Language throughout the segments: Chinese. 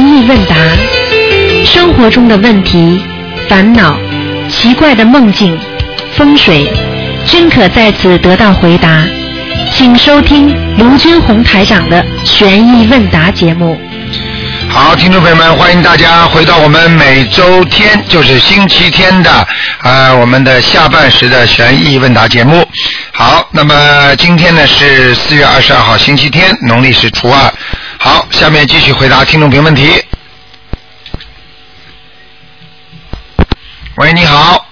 命问答，生活中的问题、烦恼、奇怪的梦境、风水，均可在此得到回答。请收听卢军红台长的《悬疑问答》节目。好，听众朋友们，欢迎大家回到我们每周天，就是星期天的，呃，我们的下半时的悬疑问答节目。好，那么今天呢是四月二十二号，星期天，农历是初二。好，下面继续回答听众朋友问题。喂，你好，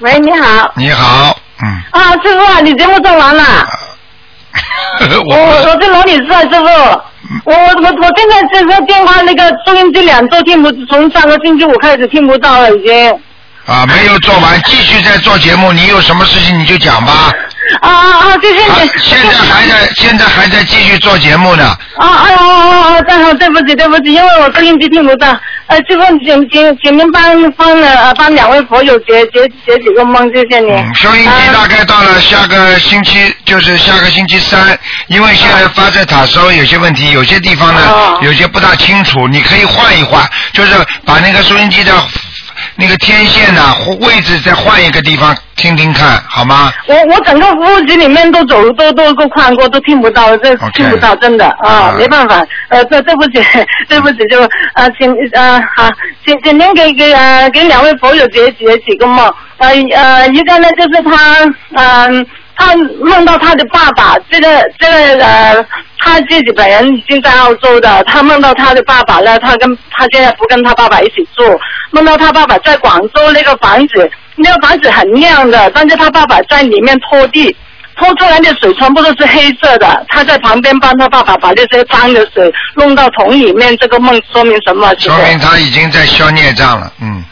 喂，你好。你好，嗯，啊，师傅啊，你节目做完了。我我我在哪里在，师傅？我我我我现在这个电话那个收音机两头听不，从上个星期五开始听不到了已经。啊没有做完，继续在做节目。你有什么事情你就讲吧。啊啊啊！谢谢啊你。现在还在，现在还在继续做节目呢。啊哎呦哦哦，正好对不起对不起，因为我收音机听不到。呃，师傅，请请请您帮帮了呃帮两位佛友解解解几个梦，谢谢你。啊嗯，收音机大概到了下个星期，就是下个星期三，因为现在发射塔稍微有些问题，有些地方呢哦有些不大清楚，你可以换一换，就是把那个收音机的那个天线呐、或位置再换一个地方听听看，好吗？我我整个服务局里面都走都都够看过，都听不到，这 OK 听不到，真的啊啊，没办法，呃，对对不起， 对不起，就啊，请呃好，请请您给给呃给两位佛友解解几个梦，呃呃，一个呢就是他嗯、他梦到他的爸爸，这个这个呃，他自己本人已经在澳洲的，他梦到他的爸爸了，他跟他现在不跟他爸爸一起住，梦到他爸爸在广州那个房子，那个房子很亮的，但是他爸爸在里面拖地，拖出来的水全部都是黑色的，他在旁边帮他爸爸把这些脏的水弄到桶里面，这个梦说明什么？说明他已经在消孽障了，嗯，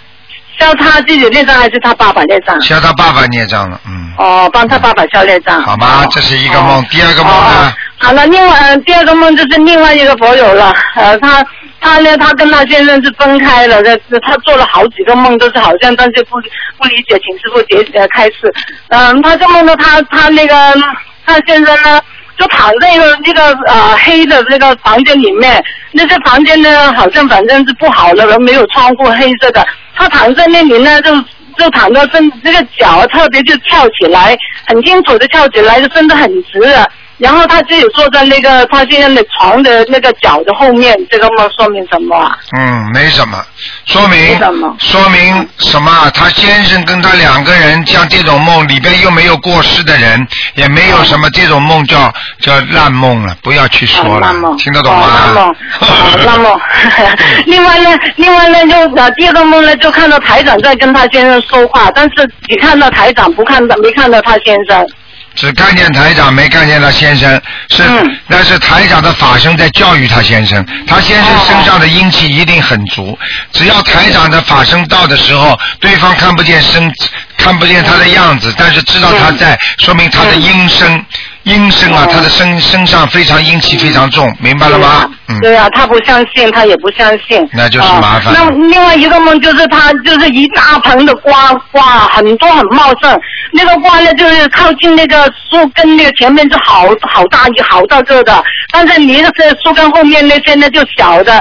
消他自己那张还是他爸爸那张？消他爸爸孽障了，嗯，哦，帮他爸爸消那张。好吗？哦这是一个梦，第二个梦哦呢？好了，另外、呃第二个梦就是另外一个佛友了，呃，他他呢，他跟他先生是分开了，但是他做了好几个梦，都是好像，但是不不理解，请师傅解呃开示。嗯、他就梦到他他那个他先生呢。就躺在一个那个呃黑的那个房间里面，那些房间呢好像反正是不好的，没有窗户，黑色的。他躺在那里呢，就就躺到身那个脚特别就翘起来，很清楚的翘起来，就伸得很直了。然后他自己坐在那个他现在的床的那个脚的后面，这个梦说明什么啊？嗯，没什么，说明没什么说明什么啊？他先生跟他两个人，像这种梦里边又没有过世的人，也没有什么这种梦叫叫烂梦了，不要去说哦了，烂梦，听得懂哦烂吗梦，？哦烂梦。 另外呢，另外呢，就呃第二个梦呢，就看到台长在跟他先生说话，但是只看到台长，不看到没看到他先生。只看见台长，没看见他先生，是、嗯那是台长的法身在教育他先生，他先生哦身上的阴气一定很足，只要台长的法身到的时候，对方看不见身，看不见他的样子，但是知道他在，说明他的阴身，阴身啊，嗯哦他的身身上非常阴气非常重，明白了吗？嗯，对啊，他不相信，他也不相信。那就是麻啊烦那另外一个梦就是他就是一大盆的瓜瓜，很多很茂盛。那个瓜呢，就是靠近那个树根那个前面就好好大一好大个的，但是离那个树根后面那些呢就小的，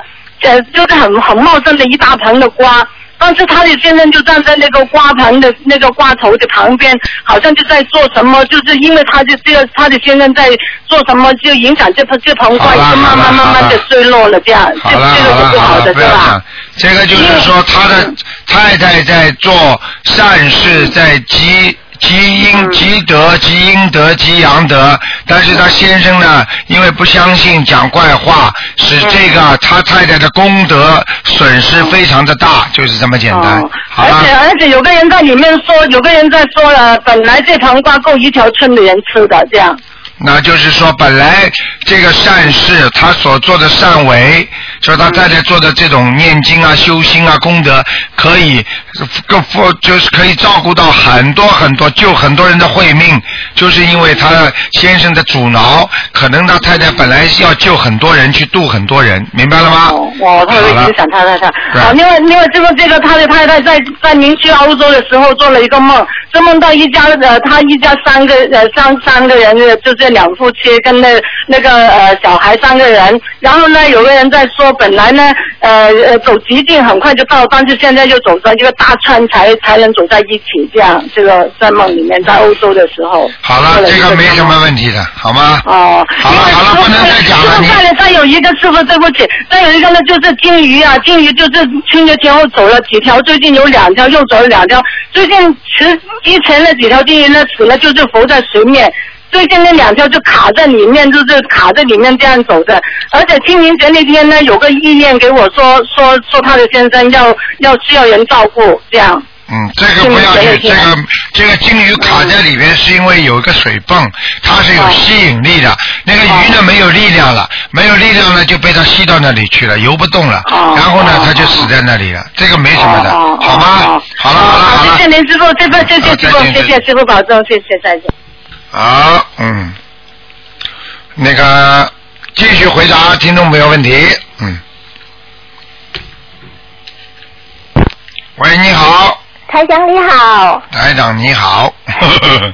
呃，就是很很茂盛的一大盆的瓜。但是他的先生就站在那个瓜棚的那个瓜头的旁边，好像就在做什么，就是因为他的这个他的先生在做什么，就影响这盆这盆好瓜，了就慢慢好慢了慢好了的坠落了，这样 这好了这个好了是不好好了，的，不对要吧讲？。这个就是说，他的太太在做善事，在积积阴嗯积德、积阴德、积阳德，但是他先生呢，因为不相信，讲怪话，使这个嗯他太太的功德损失非常的大，就是这么简单哦。好而了且，而且有个人在里面说，有个人在说了，本来这盆瓜够一条村的人吃的，这样。那就是说，本来这个善事，他所做的善为，说他太太做的这种念经啊、修心啊、功德，可以更佛就是可以照顾到很多很多，救很多人的慧命，就是因为他先生的阻挠，可能他太太本来要救很多人，去度很多人，明白了吗？哦，我特别影响他太太。对好，另外另外这个这个他的太太在在您去欧洲的时候做了一个梦，是梦到一家呃他一家三个呃三三个人呃就是这两夫妻跟那那个呃小孩三个人，然后呢有个人在说，本来呢呃呃走捷径很快就到，但是现在又走在一个大圈才才能走在一起，这样这个在梦里面，在欧洲的时候。好了，这个没什么问题的，好吗？哦，好了好了不能再讲了师你傅看了，他有一个师傅，对不起，再有一个呢就是金鱼啊，金鱼就是春节前后走了几条，最近有两条，又走了两条。最近其实之前那几条金鱼呢死了，就是浮在水面。最近那两条就卡在里面，就是卡在里面这样走的。而且清明节那天呢，有个意念给我说说说他的先生要要需要人照顾，这样。嗯，这个不要去，这个这个金鱼卡在里边是因为有一个水泵，它是有吸引力的。那个鱼呢没有力量了，没有力量呢就被它吸到那里去了，游不动了。然后呢，它就死在那里了。这个没什么的，好吗？好了好了好哦好，谢谢了，您师傅，这个谢谢师好傅再，见谢谢再见师傅保重，谢谢再见。好，嗯，那个继续回答听众朋友问题，嗯。喂，你好，台长你好，台长你好，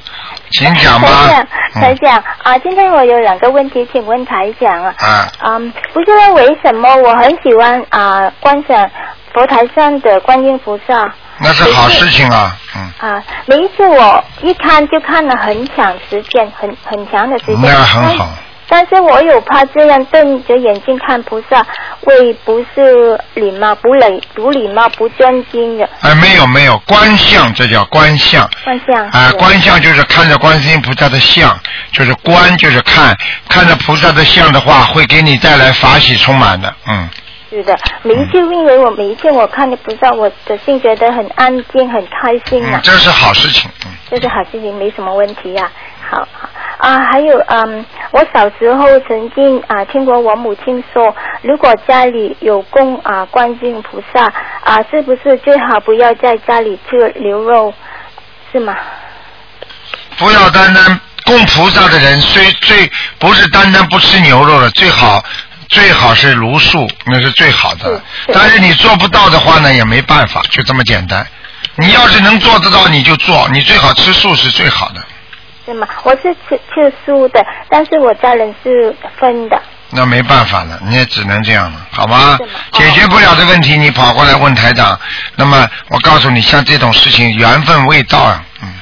请讲吧台长。嗯台长啊、今天我有两个问题，请问台长啊，啊，嗯，不知道为什么我很喜欢啊、观赏佛台上的观音菩萨啊、那是好事情啊，嗯，每一次我一看就看了很长时间，很很长的时间，嗯那很好。但是我有怕这样瞪着眼睛看菩萨，会不是礼貌、不礼、不礼貌、不尊敬的哎，没有没有，观相，这叫观相。观相。啊，观相就是看着观世音菩萨的像，就是观就是看，看着菩萨的像的话，会给你带来法喜充满的，嗯，是的，每一次因为我每一次我看的菩萨，我的心觉得很安静，很开心啊嗯，，这是好事情，嗯，这是好事情，没什么问题呀、好好啊，还有嗯，我小时候曾经啊听过我母亲说，如果家里有供啊观世音菩萨啊，是不是最好不要在家里吃牛肉，是吗？不要单单供菩萨的人，虽最不是单单不吃牛肉了，最好最好是茹素，那是最好的。但是你做不到的话呢，也没办法，就这么简单。你要是能做得到，你就做，你最好吃素是最好的，是吗？我是吃吃素的，但是我家人是分的。那没办法了，你也只能这样了，好吗？哦解决不了的问题，你跑过来问台长，那么我告诉你，像这种事情缘分未到啊，嗯，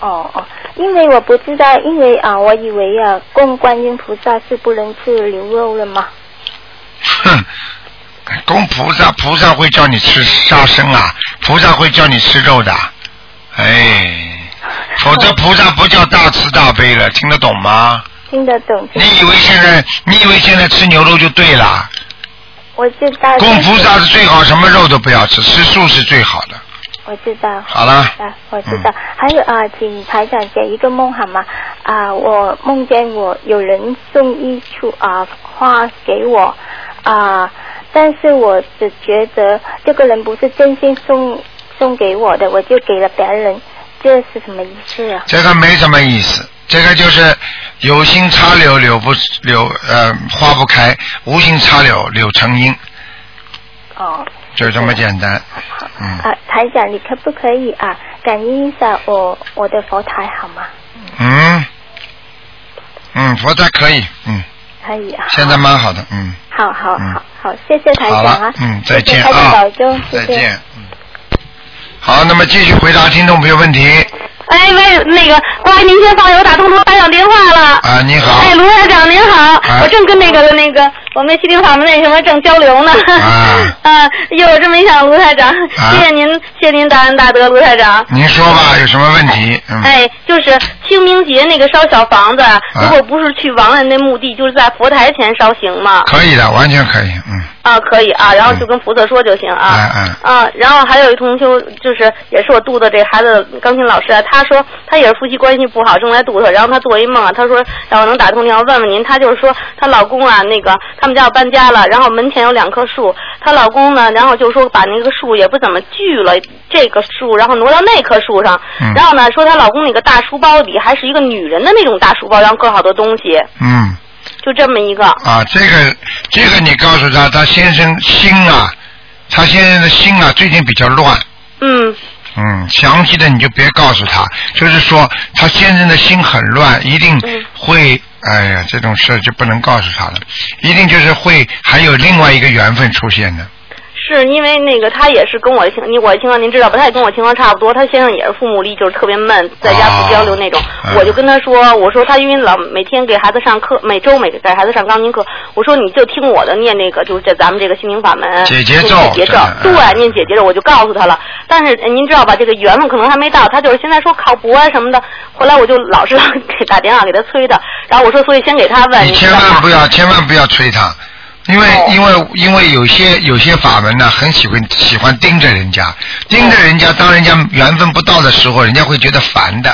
哦哦，因为我不知道，因为啊，我以为啊，供观音菩萨是不能吃牛肉了嘛。哼，供菩萨，菩萨会叫你吃杀生啊，菩萨会叫你吃肉的，哎，否则菩萨不叫大慈大悲了，听得懂吗？听得懂？啊你以为现在，你以为现在吃牛肉就对了？我知道。供菩萨是最好，什么肉都不要吃，吃素是最好的。我知道。好了嗯啊，我知道。还有啊，请台长解一个梦好吗？啊，我梦见我有人送一束啊花给我啊，但是我只觉得这个人不是真心送送给我的，我就给了别人，这是什么意思啊？这个没什么意思，这个就是有心插柳柳不柳呃花不开，无心插柳柳成荫，哦。就这么简单。嗯啊，台长，你可不可以啊，感应一下我我的佛台好吗？嗯嗯，佛在可以，嗯，可以啊。现在蛮好的，嗯，好好嗯好好，谢谢台长好了啊，，嗯，再谢谢见台长啊保重，，谢再谢见。嗯，好，那么继续回答听众朋友问题哎喂，那个，喂，您先放下，我打通卢台长电话了。啊，你好，哎，卢台长您好，啊我正跟那个那个我们西林法门那什么正交流呢。啊， 啊，又有这么一想，卢台长，啊谢谢您，谢谢您大恩大德，卢台长。您说吧，有什么问题？嗯，啊哎，就是清明节那个烧小房子，如果不是去亡人的墓地，就是在佛台前烧行吗？可以的，完全可以，嗯，啊，可以啊，然后就跟菩萨说就行啊。哎哎。啊，然后还有一同修，就是也是我肚子这孩子钢琴老师啊，他说他也是夫妻关系不好，正在肚子，然后他做一梦啊，他说让我能打通电话问问您，他就是说她老公啊，那个他们家要搬家了，然后门前有两棵树，她老公呢，然后就说把那个树也不怎么锯了，这个树然后挪到那棵树上，嗯然后呢说她老公那个大书包里还是一个女人的那种大书包，然后搁好多东西，嗯。就这么一个，啊，这个这个你告诉他，他先生心啊，他先生的心啊最近比较乱，嗯嗯，详嗯细的你就别告诉他，就是说他先生的心很乱，一定会哎呀，这种事就不能告诉他了，一定就是会还有另外一个缘分出现的。是因为那个他也是跟我的情，你我的情况您知道吧？他也跟我情况差不多，他先生也是父母力，就是特别闷，在家不交流那种。嗯我就跟他说，我说他因为老每天给孩子上课，每周每个给孩子上钢琴课，我说你就听我的念那个，就是在咱们这个心灵法门解结咒念解咒真的，对，嗯念解结咒，我就告诉他了。但是呃您知道吧，这个缘分可能还没到，他就是现在说考博啊什么的。后来我就老是 给打电话给他催的，然后我说，所以先给他问，你千知道吧万不要，千万不要催他，因为、哦因为因为有些有些法门呢，很喜欢喜欢盯着人家，盯哦着人家，当人家缘分不到的时候，人家会觉得烦的。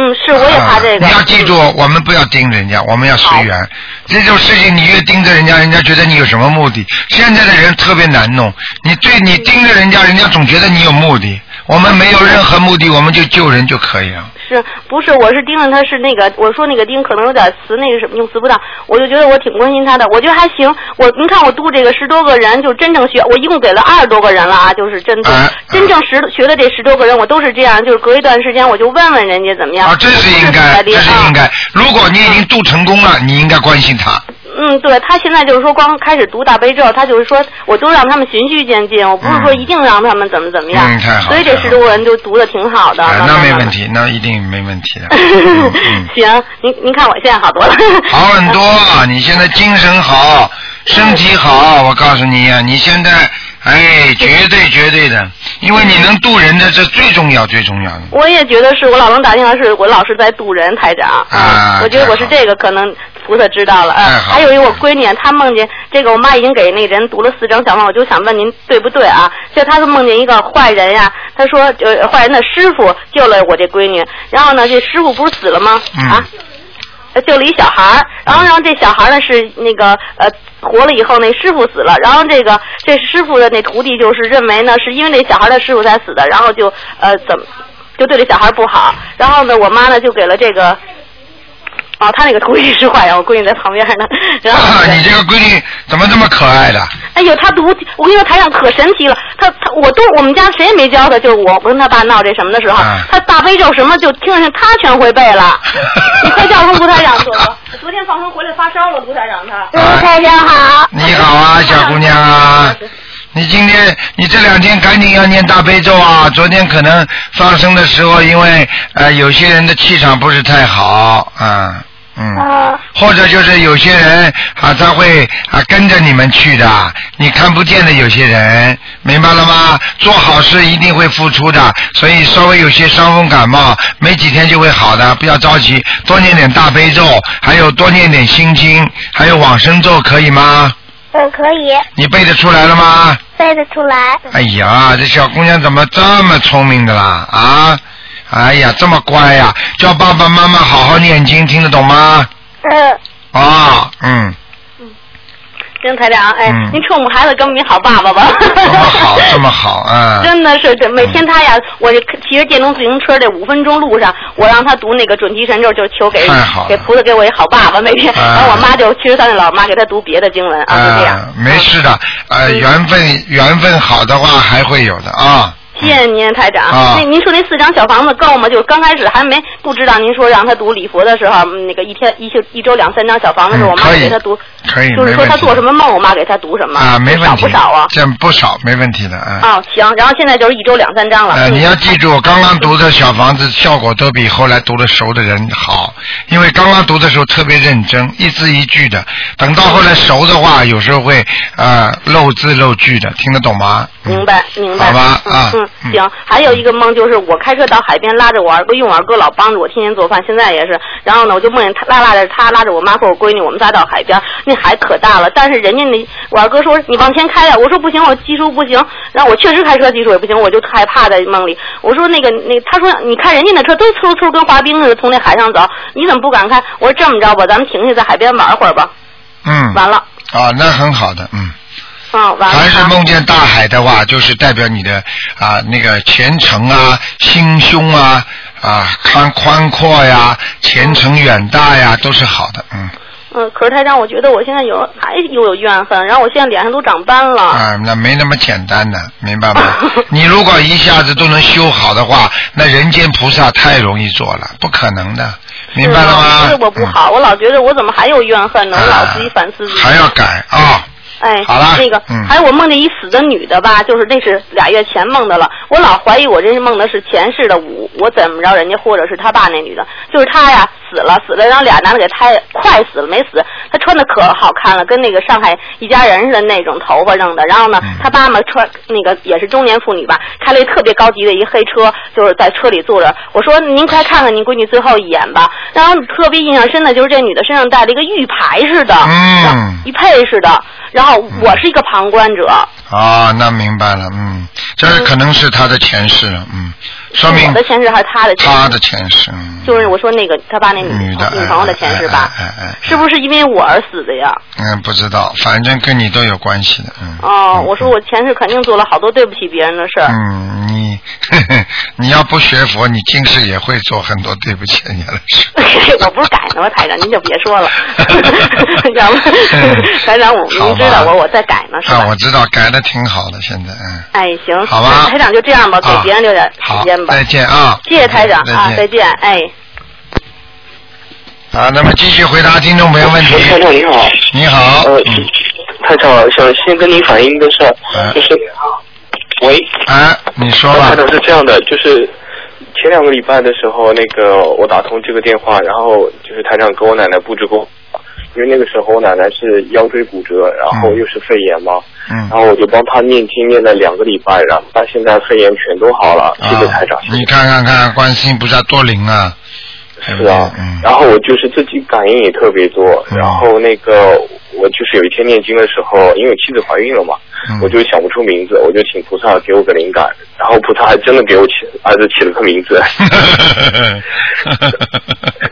嗯，是我也怕这个。啊你要记住，我们不要盯人家，我们要随缘。这种事情你越盯着人家，人家觉得你有什么目的。现在的人特别难弄，你对你盯着人家，人家总觉得你有目的。我们没有任何目的，我们就救人就可以了。是不是？我是盯着他是那个，我说那个盯可能有点词那个什么用词不当，我就觉得我挺关心他的，我觉得还行。我您看我度这个十多个人，就真正学，我一共给了二十多个人了啊，就是真的、哎真正实学的这十多个人，我都是这样，就是隔一段时间我就问问人家怎么样。啊，这是应该，这是应啊该。如果你已经度成功了，你应该关心他。嗯，对他现在就是说，光开始读大悲咒，他就是说，我都让他们循序渐进，我不是说嗯一定让他们怎么怎么样。嗯太好所以这太好十多个人就读的挺好的。啊，慢慢那慢没慢问题，那一定没问 题的。嗯嗯行，您您看我现在好多了。好很多啊，你现在精神好，身体好，我告诉你啊，你现在哎，绝对绝对的，因为你能渡人的，这最重要最重要的。我也觉得是我老能打电话，是我老是在渡人，台长。嗯啊我觉得我是太好这个可能菩萨知道了。嗯太好还有一个我闺女，她梦见这个，我妈已经给那人读了四张小梦，我就想问您对不对啊？就她就梦见一个坏人呀、她说呃坏人的师傅救了我这闺女，然后呢这师傅不是死了吗？嗯啊，呃救了一小孩儿，然后然后这小孩儿呢是那个呃活了以后那师傅死了，然后这个这师傅的那徒弟就是认为呢是因为那小孩儿的师傅才死的，然后就呃怎么就对这小孩儿不好，然后呢我妈呢就给了这个。哦，他那个徒弟是坏人，我闺女在旁边呢。然 后、啊你这个闺女怎么这么可爱的？哎呦，他读，我跟你说，台上可神奇了。他他，我都我们家谁也没教他，就是我我跟他爸闹这什么的时候，啊他大悲咒什么就听着他全会背了。你快叫卢台长说说， 昨天放生回来发烧了，卢台长他。啊台长好你好啊，小姑娘啊。你今天，你这两天赶紧要念大悲咒啊！昨天可能放生的时候，因为呃有些人的气场不是太好，啊，嗯，或者就是有些人啊，他会啊跟着你们去的，你看不见的有些人，明白了吗？做好事一定会付出的，所以稍微有些伤风感冒，没几天就会好的，不要着急，多念点大悲咒，还有多念点心经，还有往生咒，可以吗？嗯，可以你背得出来了吗？背得出来。哎呀，这小姑娘怎么这么聪明的啦？啊，哎呀，这么乖呀、叫爸爸妈妈好好念经，听得懂吗？呃嗯，啊、嗯，行，台长，哎，嗯您冲我们孩子跟我们一好爸爸吧。这 么好，这么好啊！真的是，这每天他呀，我这骑着电动自行车这五分钟路上，我让他读那个准提神咒，就是求给太好了给菩萨给我一好爸爸。每天，啊然后我妈就七十三岁老妈给他读别的经文啊，就这样啊。，没事的，呃，嗯缘分缘分好的话还会有的啊。谢谢您，台长。啊那您说那四张小房子够吗？就是刚开始还没不知道，您说让他读礼佛的时候，嗯那个一天一就一周两三张小房子的时候，嗯我妈可以给他读，可以就是没说问他题做什么梦，我妈给他读什么啊，没问少题，不少啊？这不少，没问题的啊。啊，行。然后现在就是一周两三张了。呃，嗯你要记住，刚刚读的小房子效果都比后来读的熟的人好，因为刚刚读的时候特别认真，一字一句的。等到后来熟的话，有时候会呃漏字漏句的，听得懂吗？嗯明白，明白。好吧，嗯啊，嗯，行。还有一个梦就是我开车到海边，拉着我二哥，因为我二哥老帮着我，天天做饭，现在也是。然后呢，我就梦见他拉拉着他，拉着我妈和我闺女，我们仨到海边，那海可大了。但是人家那我二哥说你往前开呀、我说不行，我技术不行。然后我确实开车技术也不行，我就害怕在梦里。我说那个那个他说你看人家那车都嗖嗖跟滑冰似的从那海上走，你怎么不敢开？我说这么着吧，咱们停下在海边玩会儿吧。嗯，完了，啊，那很好的，嗯。嗯，完了。凡是梦见大海的话，就是代表你的啊那个前程啊、心胸啊、啊宽宽阔呀、前程远大呀，都是好的，嗯。嗯，可是台长，我觉得我现在有还又有怨恨，然后我现在脸上都长斑了。啊，那没那么简单的，明白吗？你如果一下子都能修好的话，那人间菩萨太容易做了，不可能的，明白了吗？嗯是我觉得啊我不好，我老觉得我怎么还有怨恨嗯，呢？我老自己反思自己。还要改啊、哎，好了那个，嗯还有我梦见一死的女的吧，就是那是俩月前梦的了。我老怀疑我这是梦的是前世的我，我怎么着人家或者是他爸那女的，就是她呀死了死了，然后俩男的给她快死了没死，她穿的可好看了，跟那个上海一家人似的那种头发弄的。然后呢嗯，她爸妈穿那个也是中年妇女吧，开了一特别高级的一黑车，就是在车里坐着。我说您快看看您闺女最后一眼吧。然后特别印象深的就是这女的身上戴了一个玉牌似的，嗯然后一配似的。然后我是一个旁观者，啊，那明白了，嗯，这可能是他的前世了，嗯，说是明我的前世还是他的前世？他的前世，嗯就是我说那个他爸那女女的嗯女朋友的前世吧？哎哎哎哎哎是不是因为我而死的呀？嗯，不知道，反正跟你都有关系的，嗯。哦，我说嗯我前世肯定做了好多对不起别人的事儿。嗯，你 你要不学佛，你今世也会做很多对不起人家的 事。我不是改呢吗，台长，您就别说 了，要不台长，我嗯好您吧知道我我在改呢，是啊，吧我？知道，改的挺好的，现在嗯。哎，行，好吧台长就这样吧，给啊别人留点时好间，吧再。见啊！谢谢台长再啊，再见。见，哎。啊，那么继续回答听众朋友问题。台哎长你好，你好，呃嗯，台长想先跟您反映一个事儿嗯，就是，啊喂，哎，你说吧台。长是这样的，就是前两个礼拜的时候，那个我打通这个电话，然后就是台长给我奶奶布置过，因为那个时候我奶奶是腰椎骨折，然后又是肺炎嘛，嗯然，啊后我就帮她念经念了两个礼拜，然后她现在肺炎全都好了，谢谢啊台长，谢谢你看看看，观世音菩萨多灵啊，对不是对啊，嗯，然后我就是自己感应也特别多，嗯然后那个我就是有一天念经的时候，因为我妻子怀孕了嘛，嗯我就想不出名字，我就请菩萨给我个灵感，然后菩萨还真的给我起儿子起了个名字，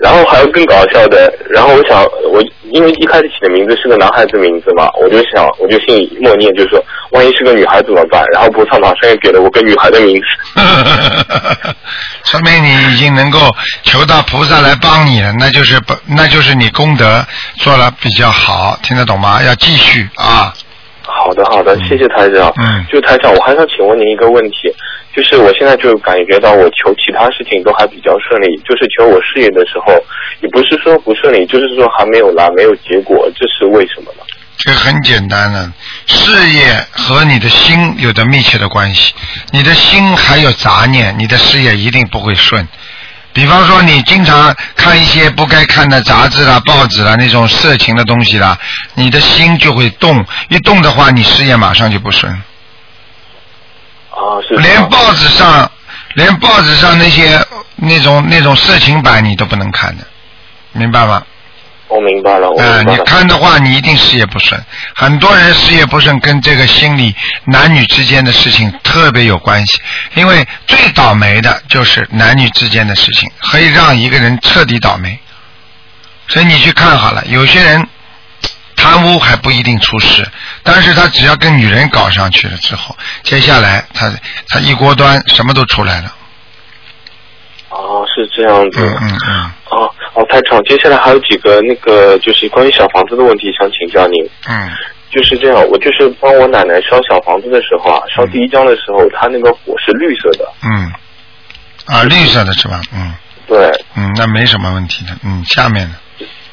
然后还有更搞笑的，然后我想我因为一开始起的名字是个男孩子名字嘛，我就想我就心里默念就是说，万一是个女孩怎么办？然后菩萨马上又给了我个女孩的名字， 说明你已经能够求到菩萨来帮你了，那就是不，那就是你功德做了比较好，听得懂吗？要继续啊，好的，好的，谢谢台长。嗯就台长，我还想请问您一个问题，就是我现在就感觉到我求其他事情都还比较顺利，就是求我事业的时候，也不是说不顺利，就是说还没有来，没有结果，这是为什么呢？这个很简单了，事业和你的心有着密切的关系，你的心还有杂念，你的事业一定不会顺。比方说，你经常看一些不该看的杂志啦、报纸啦那种色情的东西啦，你的心就会动，一动的话，你事业马上就不顺。啊，是连报纸上，连报纸上那些那种那种色情版你都不能看的，明白吗？我明白啊了，我呃，明白你了。看的话，你一定事业不顺。很多人事业不顺跟这个心理男女之间的事情特别有关系，因为最倒霉的就是男女之间的事情，可以让一个人彻底倒霉。所以你去看好了，有些人贪污还不一定出事，但是他只要跟女人搞上去了之后，接下来他他一锅端，什么都出来了。哦、是这样子。嗯嗯嗯哦哦，台长，接下来还有几个那个就是关于小房子的问题想请教您。 嗯，就是这样，我就是帮我奶奶烧小房子的时候啊，烧第一张的时候，她那个火是绿色的，嗯，啊，绿色的是吧？嗯。对，嗯，那没什么问题的。嗯，下面呢，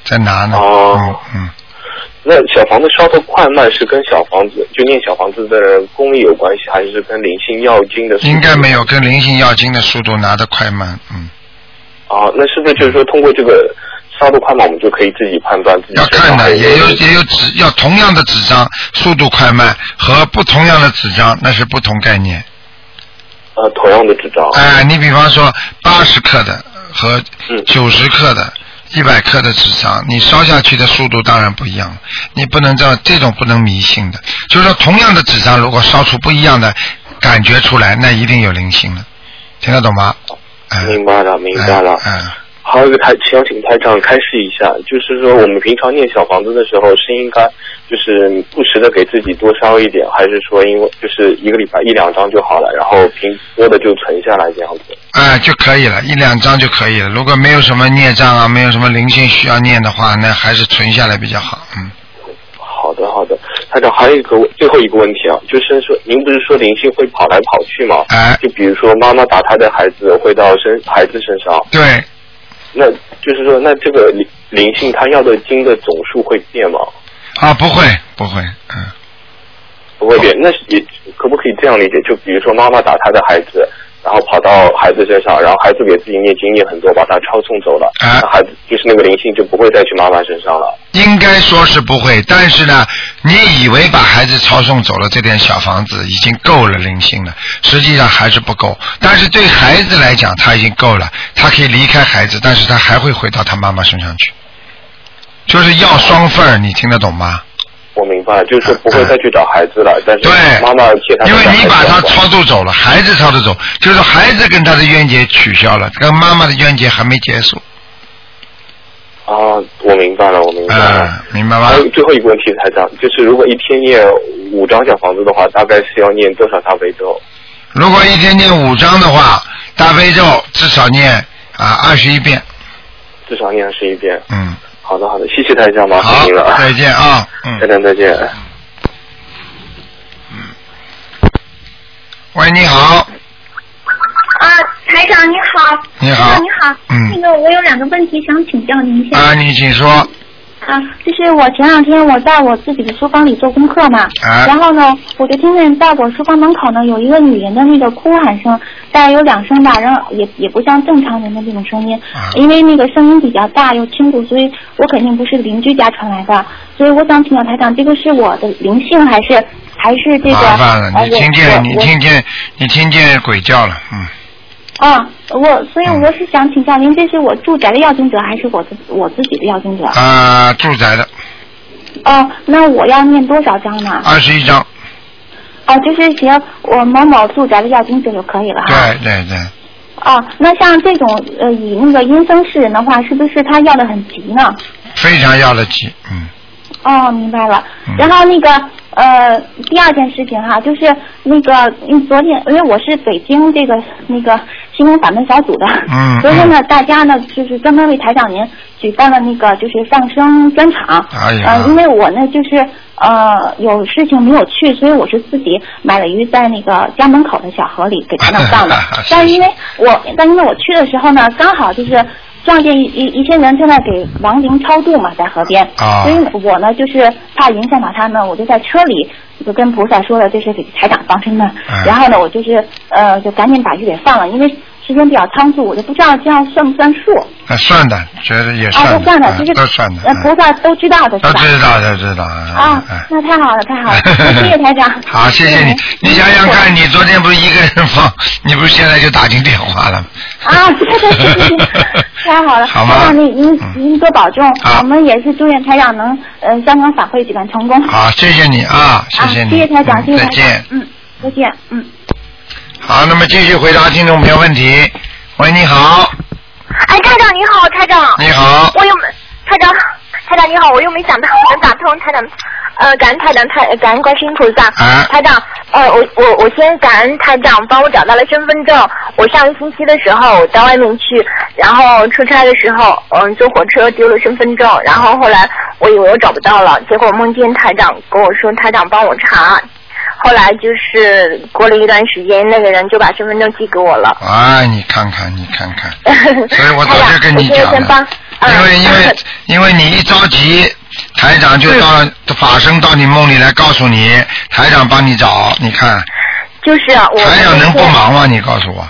在拿呢。哦嗯那小房子烧的快慢是跟小房子就念小房子的人功力有关系，还是跟灵性要经的？嗯，应该没。有跟灵性要经的速度拿得快慢。嗯，啊，那是不是就是说通过这个烧的快慢，我们就可以自己判断自己要身看上还的，有没也有有也有纸，要同样的纸张速度快慢和不同样的纸张那是不同概念。呃同样的纸张？哎、你比方说八十克的和嗯九十克的。一百克的纸张，你烧下去的速度当然不一样，你不能这样这种不能迷信的。就是说，同样的纸张，如果烧出不一样的感觉出来，那一定有灵性了，听得懂吗？哎明白了，明白了。嗯，还有一个台，请请台长开示一下，就是说我们平常念小房子的时候，是应该就是不时的给自己多烧一点，还是说因为就是一个礼拜一两张就好了，然后平多的就存下来这样子？啊、就可以了，一两张就可以了。如果没有什么孽障啊，没有什么灵性需要念的话，那还是存下来比较好。嗯，好的，好的。台长，还有一个最后一个问题啊，就是说您不是说灵性会跑来跑去吗？哎，就比如说妈妈打胎的孩子会到身孩子身上，啊对，那就是说那这个灵灵性它要的经的总数会变吗？啊，不会，不会，嗯，不会变，那是也可不可以这样理解？就比如说妈妈打他的孩子，然后跑到孩子身上，然后孩子给自己念经念很多，把他抄送走了，啊那孩子就是那个灵性就不会再去妈妈身上了。应该说是不会，但是呢，你以为把孩子抄送走了，这点小房子已经够了灵性了，实际上还是不够。但是对孩子来讲，他已经够了，他可以离开孩子，但是他还会回到他妈妈身上去，就是要双份儿，你听得懂吗？我明白，就是说不会再去找孩子了，但是哎对妈妈且他因为你把他抄超度走了，孩子超度走，就是孩子跟他的冤结取消了，跟妈妈的冤结还没结束。啊，我明白了，我明白了。嗯，明白吗还？有最后一个问题，台长，就是如果一天念五张小房子的话，大概是要念多少大悲咒？如果一天念五章的话，大悲咒至少念啊二十一遍。至少念十一遍。嗯，好的，好的，谢谢台长，麻好烦您了，，再见啊。台嗯，长再见。喂，你好，啊，台长你好。你好台长你好。嗯那个我有两个问题想请教您一下。啊，你请说。啊，就是我前两天我在我自己的书房里做功课嘛，啊然后呢，我就听见在我书房门口呢有一个女人的那个哭喊声，大概有两声吧，然后也也不像正常人的这种声音，啊因为那个声音比较大又清楚，所以我肯定不是邻居家传来的，所以我想请教台长，这个是我的灵性还是还是这个？麻烦了，呃你听见你。我我我听见你听见鬼叫了，嗯，啊，我所以我是想请教您，这是我住宅的要经者还是我自我自己的要经者？啊，住宅的哦，那我要念多少章呢？二十一章，哦，就是写我某某住宅的要经者就可以了哈。对对对，哦，那像这种呃，以那个阴僧示人的话，是不是他要的很急呢？非常要得急，嗯，哦，明白了嗯。然后那个呃，第二件事情哈，就是那个嗯昨天，因为我是北京这个那个新闻法门小组的，嗯所以说呢嗯，大家呢就是专门为台长您举办了那个就是放生专场。哎呀。呃，因为我呢就是呃有事情没有去，所以我是自己买了鱼在那个家门口的小河里给台长放的 但是因为我，但因为我去的时候呢，刚好就是。撞见一一一些人正在给亡灵超度嘛，在河边，啊所以我呢，就是怕影响到他们，我就在车里就跟菩萨说了，这是给台长放生的。嗯然后呢，我就是呃，就赶紧把鱼给放了，因为时间比较仓促，我就不知道这样算不算数。那算的，觉得也啊，就算的，算了，呃嗯就是都算的，呃嗯菩萨都知道的都是吧？知道，都知道。嗯啊嗯，。那太好了，太好了，谢谢台长好，谢嗯谢你。你想想看，你昨天不是一个人放， 你不是现在就打进电 话了吗？啊，对对对，对太好了，好台吗？长您您嗯您多保重好，我们也是祝愿台长能呃香港法会举办成功。好，谢谢你啊，啊，谢你。谢谢台长，嗯谢谢再台长见，。嗯，再见，嗯。好，那么继续回答听众朋友问题。喂，你好，哎，台长你好，台长你好，我又没台长，台长你好，我又没想到能打通台长，呃，感恩台长，台感恩观世音菩萨，啊台长，呃，我我我先感恩台长帮我找到了身份证。我上个星期的时候我到外面去，然后出差的时候，嗯，坐火车丢了身份证，然后后来我以为我找不到了，结果梦见台长跟我说台长帮我查，后来就是过了一段时间，那个人就把身份证寄给我了。 哎，你看看，你看看，所所以我早就跟你讲了，因嗯为因为因为你一着急，台长就到法身到你梦里来告诉你，台长帮你找，你看， 就是啊我台长能不那天忙吗？你告诉我。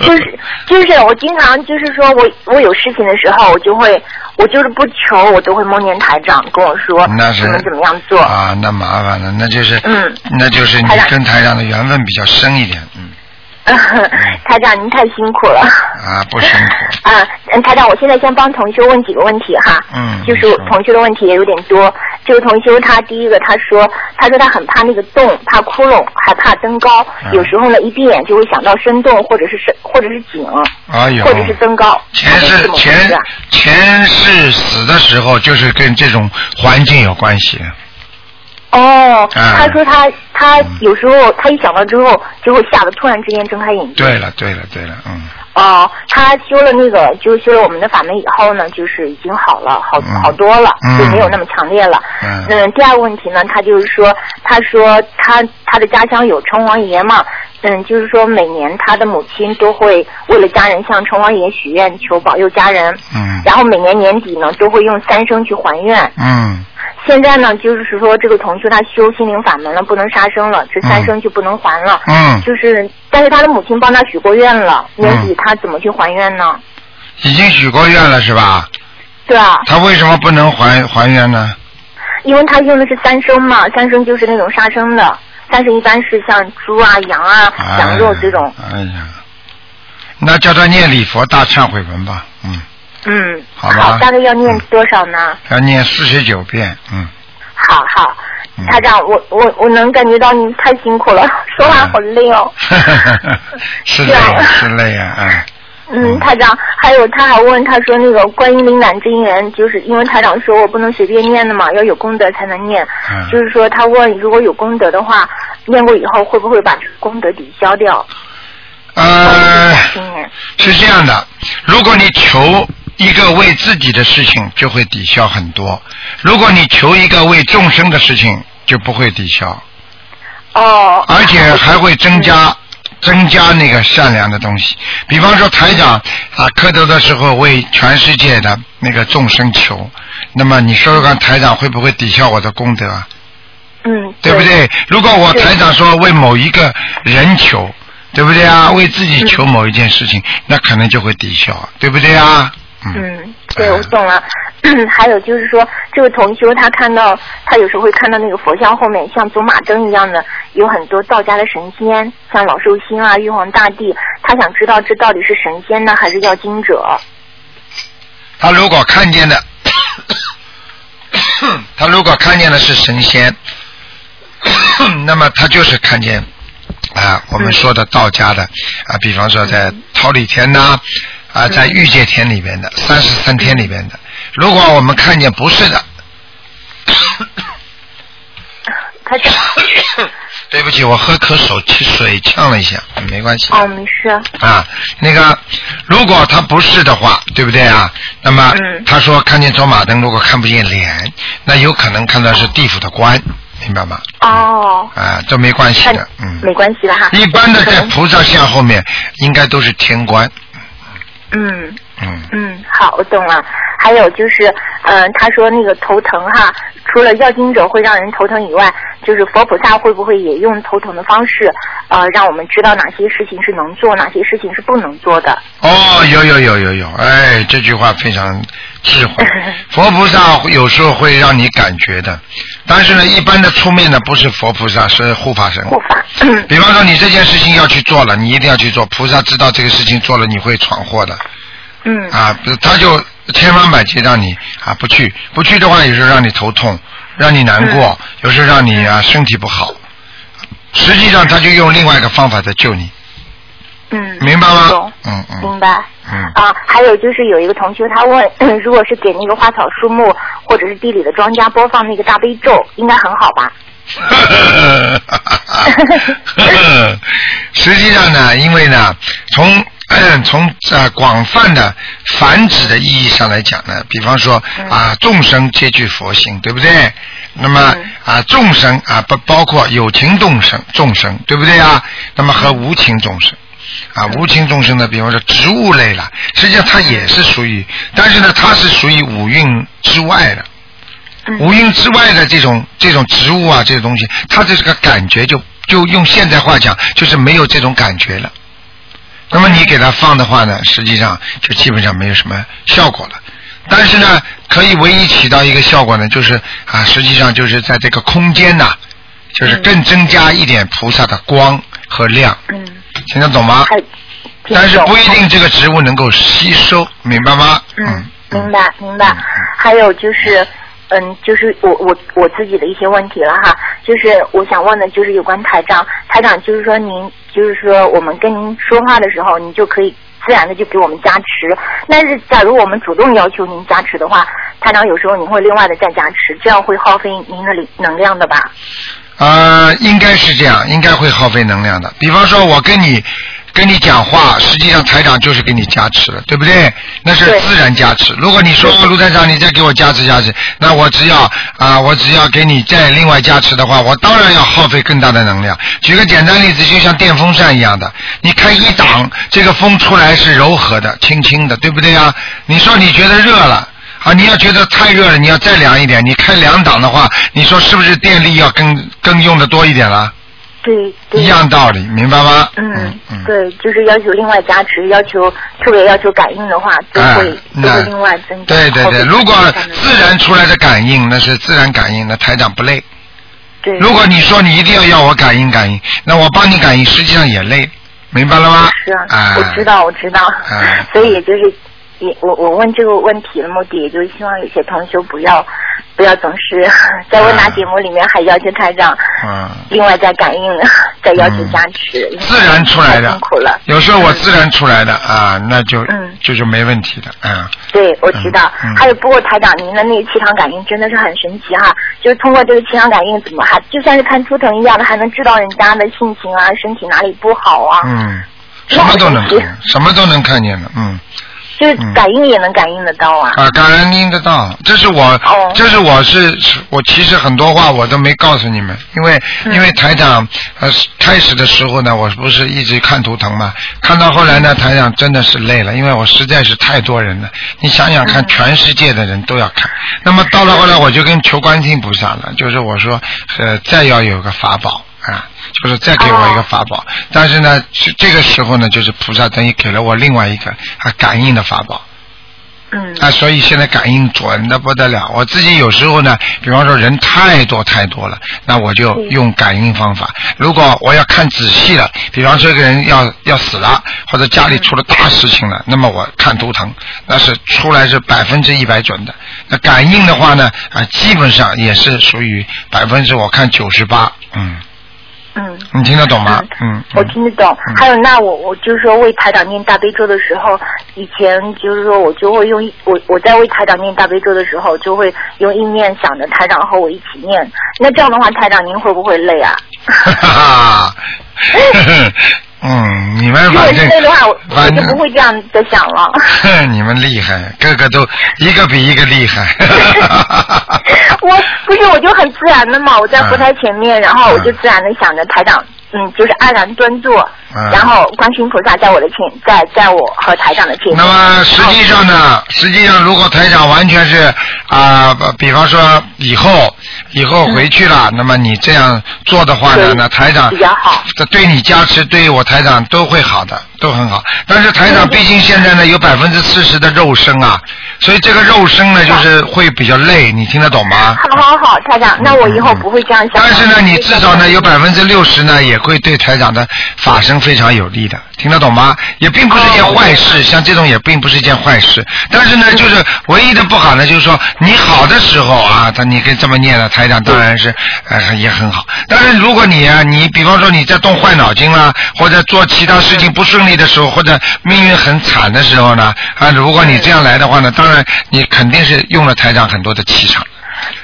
就是就是我经常就是说我我有事情的时候，我就会我就是不求我都会梦见台长跟我说那是怎么怎么样做。啊，那麻烦了，那就是嗯那就是你台长跟台长的缘分比较深一点，嗯， 台长您太辛苦了。啊，不辛 苦，啊，嗯台长，我现在先帮同学问几个问题哈。嗯就是你说同学的问题也有点多。这个同修他第一个他说，他说他很怕那个洞，怕窟窿，还怕增高，嗯有时候呢一闭眼就会想到深洞或者是深或者是井，哎呦，或者是增高。前他是世怎么回事前啊前世死的时候，就是跟这种环境有关系。哦，哎他说他他嗯有时候他一想到之后就会吓得突然之间睁开眼睛。对了，对了，对了，嗯，哦，他修了那个，就是修了我们的法门以后呢，就是已经好了，好嗯好多了，嗯就没有那么强烈了。嗯第二个问题呢，他就是说，他说他他的家乡有城隍爷嘛，嗯，就是说每年他的母亲都会为了家人向城隍爷许愿，求保佑家人。嗯然后每年年底呢，都会用三生去还愿。嗯现在呢，就是说这个同修他修心灵法门了，不能杀生了，这三嗯生就不能还了。嗯，就是，但是他的母亲帮他许过愿了，嗯年底他怎么去还愿呢？已经许过愿了是吧？对啊，他为什么不能还还愿呢？因为他用的是三生嘛，三生就是那种杀生的，三生一般是像猪啊、羊啊、哎羊肉这种。哎呀，那叫他念礼佛大忏悔文吧，嗯，嗯，好吧大概要念嗯多少呢？要念四十九遍，嗯。 好好嗯，台长，我我我能感觉到你太辛苦了，说话好累哦。是累啊，是累啊，哎，嗯，台长，还有他还问他说那个观音灵感真言，就是因为台长说我不能随便念的嘛，要有功德才能念。嗯就是说他问如果有功德的话，念过以后会不会把这个功德抵消掉？呃，今年是这样的，如果你求一个为自己的事情，就会抵消很多；如果你求一个为众生的事情，就不会抵消，哦，而且还会增嗯加。增加那个善良的东西，比方说台长啊，磕头的时候为全世界的那个众生求，那么你说说看，台长会不会抵消我的功德啊？嗯，对不？对？如果我台长说为某一个人求，对不对啊？为自己求某一件事情，那可能就会抵消，对不对啊？嗯，嗯，对，我懂了。 还有就是说，这个同修他看到，他有时候会看到那个佛像后面像走马灯一样的，有很多道家的神仙，像老寿星啊、玉皇大帝。他想知道这到底是神仙呢，还是要经者？他如果看见的，他如果看见的是神仙，那么他就是看见啊，我们说的道家的啊，比方说在桃李天呐、啊，在玉界天里边的三十三天里边的，如果我们看见不是的，他这，哎对不起，我喝口手气水呛了一下，没关系。哦，没事。啊，那个，如果他不是的话，对不对啊？那么、嗯他说看见走马灯，如果看不见脸，那有可能看到是地府的官，明白吗？哦，啊，这没关系那的，嗯。没关系的哈。一般的啊可在能菩萨像后面应该都是天官，嗯嗯，嗯，好，我懂了。还有就是，嗯、他说那个头疼哈，除了药经者会让人头疼以外，就是佛菩萨会不会也用头疼的方式，呃，让我们知道哪些事情是能做，哪些事情是不能做的？哦，有有有有有，哎，这句话非常智慧。佛菩萨有时候会让你感觉的，但是呢，一般的出面的不是佛菩萨，是护法神。护法，嗯比方说你这件事情要去做了，你一定要去做。菩萨知道这个事情做了你会闯祸的嗯啊，他就千方百计让你啊不去，不去的话有时候让你头痛，让你难过，有时候让你啊身体不好。实际上他就用另外一个方法在救你，嗯，明白吗懂？嗯嗯明白。嗯。啊，还有就是有一个同学他问， 如果是给那个花草树木或者是地里的庄稼播放那个大悲咒，应该很好吧？ 实际上呢，因为呢，从 从呃广泛的繁殖的意义上来讲呢，比方说啊，众生皆具佛性，对不对？那么啊，众生啊，不包括有情众生，众生对不对啊？那么和无情众生。啊，无情众生呢，比方说植物类了，实际上它也是属于，但是呢，它是属于五蕴之外的，嗯无音之外的这种这种植物啊，这些东西，它的这个感觉就就用现代话讲，就是没有这种感觉了。那么你给它放的话呢，实际上就基本上没有什么效果了。但是呢，可以唯一起到一个效果呢，就是啊，实际上就是在这个空间呐、就是更增加一点菩萨的光和亮，嗯，听得懂吗？还挺但是懂不一定这个植物能够吸收，明白吗？嗯，嗯明白明白嗯。还有就是，嗯，就是我我我自己的一些问题了哈，就是我想问的，就是有关台长，台长就是说您，就是说我们跟您说话的时候，您就可以自然的就给我们加持，但是假如我们主动要求您加持的话，台长有时候您会另外的再加持，这样会耗费您的力能量的吧？呃，应该是这样，应该会耗费能量的。比方说，我跟你跟你讲话，实际上台长就是给你加持了，对不对？那是嗯对嗯自然加持。如果你说哦卢台长，你再给我加持加持，那我只要啊、我只要给你再另外加持的话，我当然要耗费更大的能量。举个简单例子，就像电风扇一样的，你开一档，这个风出来是柔和的、轻轻的，对不对啊？你说你觉得热了。啊，你要觉得太热了，你要再凉一点。你开两档的话，你说是不是电力要更更用的多一点了？对对。一样道理，明白吗？嗯嗯，，对，就是要求另外加持，要求特别要求感应的话，就哎会、就那会另外增加对对耗费对，能量的。如果自然出来的感应，那是自然感应，那台长不累。对，如果你说你一定要要我感应感应，那我帮你感应，实际上也累，明白了吗？是啊，哎我知。道，我知道，哎所以也就是也我我问这个问题的目的，也就是希望有些同学不要不要总是在问答哎节目里面还要求台长，嗯另外再感应，再要求嗯加持，自然出来太的辛苦了，。有时候我自然出来的啊，那就嗯就就没问题的啊。对，我知道。嗯嗯还有，不过台长您的那个气场感应真的是很神奇哈、就是通过这个气场感应，怎么还就算是看图腾一样的，还能知道人家的性情啊、身体哪里不好啊，嗯，什么都能那我看，什么都能看见的，嗯。就是嗯感应也能感应得到啊。啊，感恩您的道，这是我，哦这是我是是我其实很多话我都没告诉你们，因为、嗯因为台长呃开始的时候呢，我不是一直看图腾嘛，看到后来嗯呢，台长真的是累了，因为我实在是太多人了，你想想嗯看，全世界的人都要看，那么到了后来我就跟求观世音菩萨了，就是我说呃再要有个法宝啊。就是再给我一个法宝，哦但是呢，这这个时候呢，就是菩萨等于给了我另外一个啊感应的法宝，嗯啊，所以现在感应准的不得了。我自己有时候呢，比方说人太多太多了，那我就用感应方法。嗯如果我要看仔细了，比方说这个人要要死了，或者嗯家里出了大事情了，那么我看图腾，那是出来是百分之一百准的。那感应的话呢，啊，基本上也是属于百分之我看九十八，嗯，嗯。你听得懂吗？嗯，嗯我听得懂。嗯还有，那我我就是说为台长念大悲咒的时候，以前就是说我就会用一我我在为台长念大悲咒的时候，就会用意念想着台长和我一起念。那这样的话，台长您会不会累啊？哈哈， 嗯，你们如果反是正累的话，我我反就正不会这样的想了。 哼， 你们厉害，个个都一个比一个厉 害。我不是，我就很自然的嘛，我在佛台前面，然后我就嗯自然的想着台长，嗯，就是安然端坐，嗯然后观世音菩萨在我的前，在在我和台长的前面。那么实际上呢，实际上如果台长完全是啊、呃比方说以后以后回去了，那么你这样做的话呢，嗯对那台长比较好这对你加持，对我台长都会好的，都很好。但是台嗯长毕竟现在呢有百分之四十的肉身啊，所以这个肉身呢就是会比较累，你听得懂吗？好好好，台长，那我以后不会这样想。嗯但是呢，你至少呢有百分之六十呢，也会对台长的法身非常有利的，听得懂吗？也并不是一哦件坏事，像这种也并不是一件坏事。但是呢，嗯就是唯一的不好呢，就是说你好的时候啊，他你可以这么念了，台长嗯当然是呃也很好。但是如果你啊，你比方说你在动坏脑筋啦，或者做其他嗯事情不顺利的时候，或者命运很惨的时候呢，啊，如果你这样来的话呢，当然你肯定是用了台长很多的气场。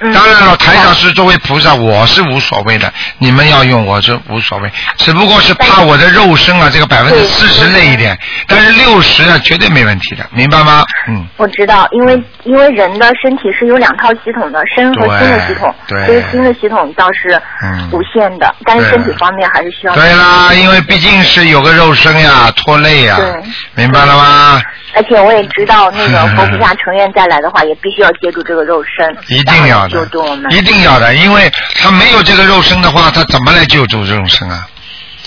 嗯当然了，台长是作为菩萨，我是无所谓的，你们要用我是无所谓，只不过是怕我的肉身啊，这个百分之四十累一点，但是六十啊绝对没问题的，明白吗？嗯，我知道，因为因为人的身体是有两套系统的，身和心的系统，对所以心的系统倒是嗯无限的，但是身体方面还是需要。对啦，因为毕竟是有个肉身呀，拖累呀对，明白了吗？而且我也知道，那个佛菩萨成员再来的话，也必须要借助这个肉身，一定要然后来的救助我们，一定要的，因为他没有这个肉身的话，他怎么来救助众生啊？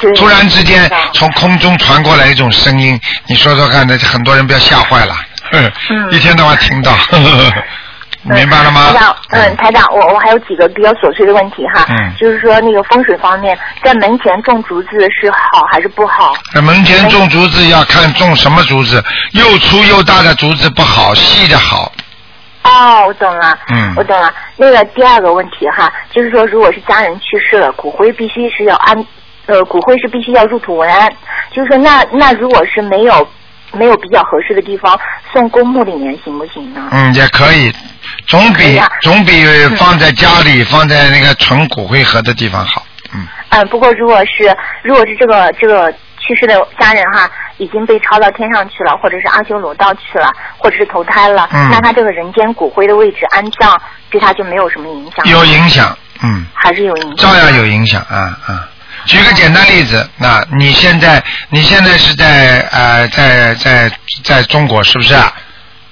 对突然之间知道从空中传过来一种声音，你说说看，那很多人不要吓坏了，哼一天到晚听到， 呵呵呵嗯明白了吗台长？，嗯，台长，我我还有几个比较琐碎的问题哈，嗯就是说那个风水方面，在门前种竹子是好还是不好？那门前种竹子要看种什么竹子，又粗又大的竹子不好，细的好。哦，我懂了，嗯我懂了。那个第二个问题哈，就是说，如果是家人去世了，骨灰必须是要安，呃，骨灰是必须要入土为安。就是说那，那如果是没有没有比较合适的地方，送公墓里面行不行呢？嗯，也可以，总可以比啊总比放在家里、放在那个存骨灰盒的地方好。嗯，嗯，不过如果是如果是这个这个去世的家人哈，已经被抄到天上去了，或者是阿修罗道去了，或者是投胎了，嗯那他这个人间骨灰的位置安葬对他就没有什么影响，有影响，嗯，还是有影响照。样有影响啊啊。举个简单例子，那、你现在你现在是在呃在在在中国是不是、啊？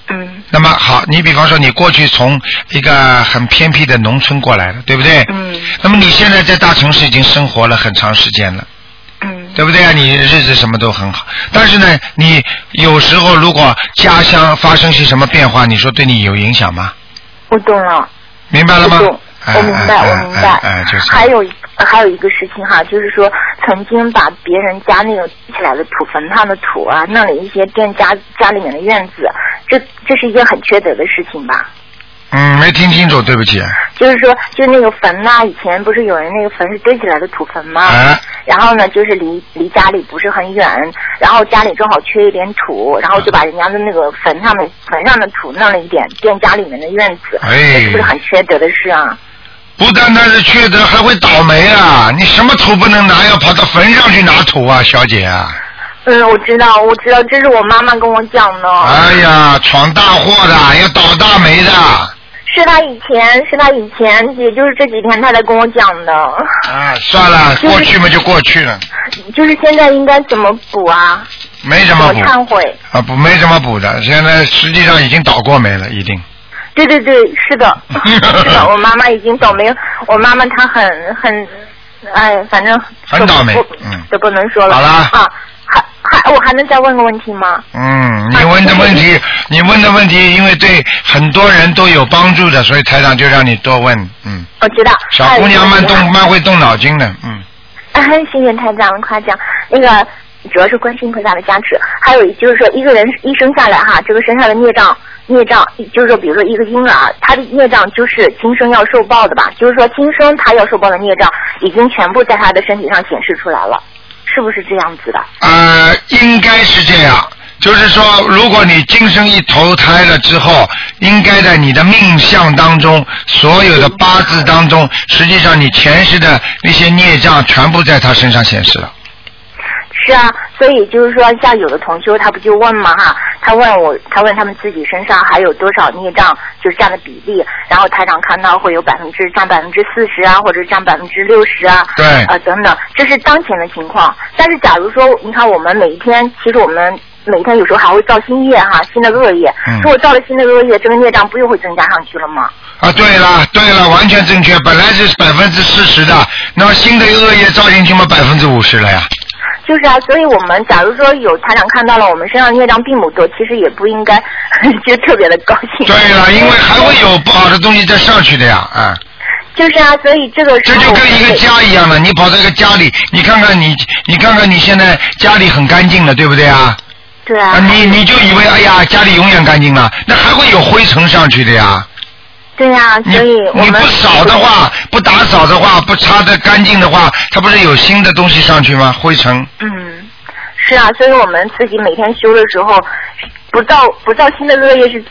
嗯那么好，你比方说你过去从一个很偏僻的农村过来的，对不对？嗯那么你现在在大城市已经生活了很长时间了。嗯对不对啊？你日子什么都很好，但是呢，你有时候如果家乡发生些什么变化，你说对你有影响吗？我懂了。明白了吗我懂？哎我明白，哎我明白。哎哎，就是。还有一还有一个事情哈，就是说曾经把别人家那个起来的土、坟上的土啊，弄了一些垫家家里面的院子，这这是一件很缺德的事情吧？嗯，没听清楚，对不起。啊就是说，就那个坟呐、以前不是有人那个坟是堆起来的土坟吗？哎然后呢，就是离离家里不是很远，然后家里正好缺一点土，然后就把人家的那个坟上的坟上的土弄了一点，垫家里面的院子，哎这是不是很缺德的事啊？不单单是缺德，还会倒霉啊！你什么土不能拿，要跑到坟上去拿土啊，小姐啊！嗯，我知道，我知道，这是我妈妈跟我讲的。哎呀，闯大祸的，要倒大霉的。啊是她以前，是她以前，也就是这几天她才跟我讲的。啊，算了，就是过去嘛就过去了，就是现在应该怎么补啊？没什怎么么补忏悔？啊，不没什么补的。现在实际上已经倒过霉了，一定。对对对，是的， 是的，我妈妈已经倒霉，我妈妈她很很，哎，反正很倒霉都不嗯都不能说了。好啦啊，还还我还能再问个问题吗？啊嗯，你问的问题，你问的问题，因为对很多人都有帮助的，所以台长就让你多问。嗯，我知道。小姑娘慢啊动慢会动脑筋的。嗯，哎， 谢谢台长的夸奖。那个主要是观世音菩萨的加持，还有就是说一个人一生下来哈，这个身上的孽障。孽障就是说，比如说一个婴儿，他的孽障就是今生要受报的吧？就是说，今生他要受报的孽障已经全部在他的身体上显示出来了，是不是这样子的？呃，应该是这样。就是说，如果你今生一投胎了之后，应该在你的命相当中，所有的八字当中，实际上你前世的那些孽障全部在他身上显示了。是啊，所以就是说，像有的同修他不就问嘛哈，他问我，他问他们自己身上还有多少孽障，就是这样的比例，然后台长看到会有百分之占百分之四十啊，或者占百分之六十啊，对呃等等，这是当前的情况。但是假如说，你看我们每一天，其实我们。每一天有时候还会造新业哈，新的恶业。嗯如果造了新的恶业，这个孽障不又会增加上去了吗？啊，对了，对了，完全正确。本来是百分之四十的，那么新的恶业照进去嘛，百分之五十了呀。就是啊，所以我们假如说有台长看到了我们身上孽障并不多，其实也不应该 就特别的高兴。对了，因为还会有不好的东西再上去的呀，啊、就是啊，所以这个时这候就跟一我个们得家一样的，你跑到一个家里，你看看你，你看看你现在家里很干净了，对不对啊？对啊啊，，你你就以为哎呀，家里永远干净了，那还会有灰尘上去的呀。对啊，你所以我你们不扫的话，不打扫的话，不擦的干净的话，它不是有新的东西上去吗？灰尘。嗯，是啊，所以我们自己每天修的时候，不造不造新的恶业是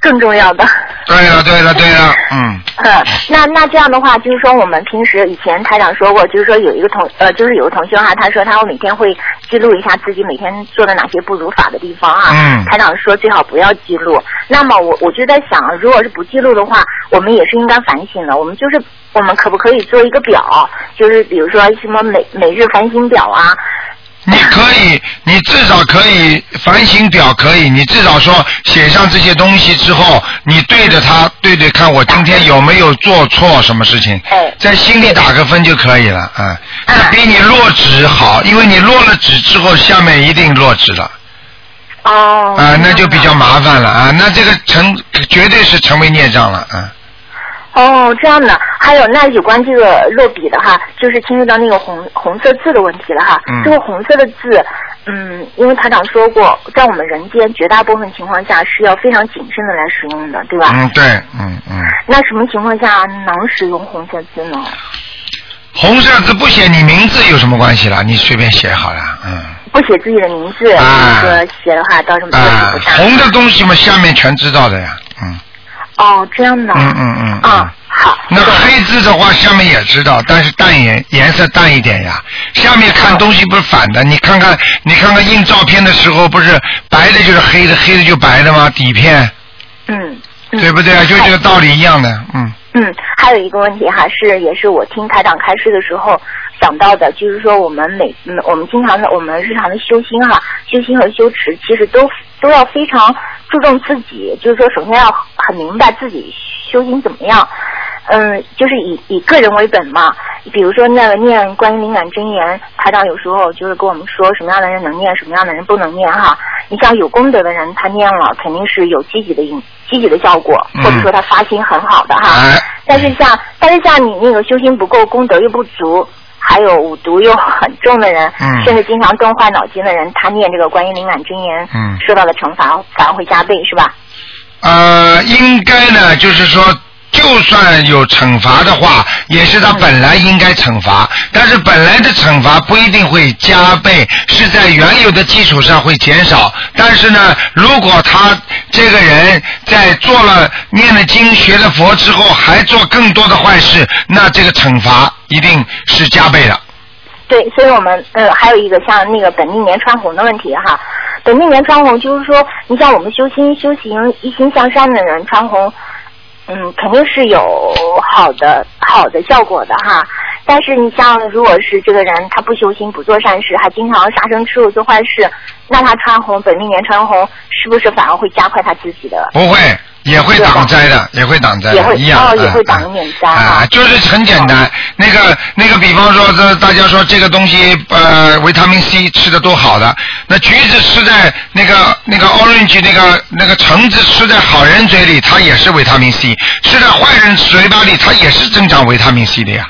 更重要的。对了，对了，对了，嗯。嗯，那那这样的话，就是说我们平时以前台长说过，就是说有一个同呃，就是有个同学哈、他说他会每天会记录一下自己每天做的哪些不如法的地方啊。嗯台长说最好不要记录。那么我我就在想，如果是不记录的话，我们也是应该反省的。我们就是我们可不可以做一个表，就是比如说什么每每日反省表啊？你可以，你至少可以反省表可以，你至少说写上这些东西之后，你对着它对对看，我今天有没有做错什么事情哎，在心里打个分就可以了，嗯，嗯这比你落纸好，因为你落了纸之后，下面一定落纸了，哦。啊，那就比这样啊较麻烦了啊，那这个成绝对是成为孽障了，啊，哦，这样的。还有，那有关这个落笔的哈，就是牵涉到那个红红色字的问题了哈。嗯这个红色的字，嗯，因为台长说过，在我们人间绝大部分情况下是要非常谨慎的来使用的，对吧？嗯，对，嗯嗯。那什么情况下能使用红色字呢？红色字不写你名字有什么关系啦？你随便写好了，嗯。不写自己的名字，啊那个写的话倒是问啊题不，大。红的东西嘛，下面全知道的呀，嗯哦，这样的。嗯嗯嗯。嗯啊，好。那黑字的话，下面也知道，但是淡颜颜色淡一点呀。下面看东西不是反的，你看看你看看印照片的时候，不是白的就是黑的，黑的就白的吗？底片嗯。嗯对不对啊？就这个道理一样的，嗯。嗯，还有一个问题哈，是也是我听台长开示的时候想到的，就是说我们每嗯我们经常的我们日常的修心哈，修心和修持其实都都要非常注重自己，就是说首先要很明白自己修行怎么样，嗯，就是以以个人为本嘛。比如说那个念关于灵感真言，台长有时候就是跟我们说什么样的人能念，什么样的人不能念哈。你像有功德的人，他念了肯定是有积极的影积极的效果，嗯或者说他发心很好的哈。哎但是像但是像你那个修心不够，功德又不足，还有五毒又很重的人，嗯甚至经常动坏脑筋的人，他念这个关于灵感真言，嗯受到的惩罚反而会加倍，是吧？呃，应该呢，就是说，就算有惩罚的话，也是他本来应该惩罚，但是本来的惩罚不一定会加倍，是在原有的基础上会减少。但是呢，如果他这个人在做了念了经、学了佛之后，还做更多的坏事，那这个惩罚一定是加倍的。对，所以我们呃还有一个像那个本命年穿红的问题哈，本命年穿红就是说，你像我们修心修行一心向善的人穿红，嗯，肯定是有好的好的效果的哈。但是你像如果是这个人他不修心不做善事，还经常杀生吃肉做坏事，那他穿红本命年穿红，是不是反而会加快他自己的？不会，也会挡灾的，也会挡灾也的，会一样。哦啊也会挡啊一点灾啊哦啊就是很简单。那个那个，比方说，这大家说这个东西，呃，维他命 C 吃的都好的，那橘子吃在那个那个 orange 那个那个橙子吃在好人嘴里，它也是维他命 C；吃在坏人嘴巴里，它也是正常维他命 C 的呀。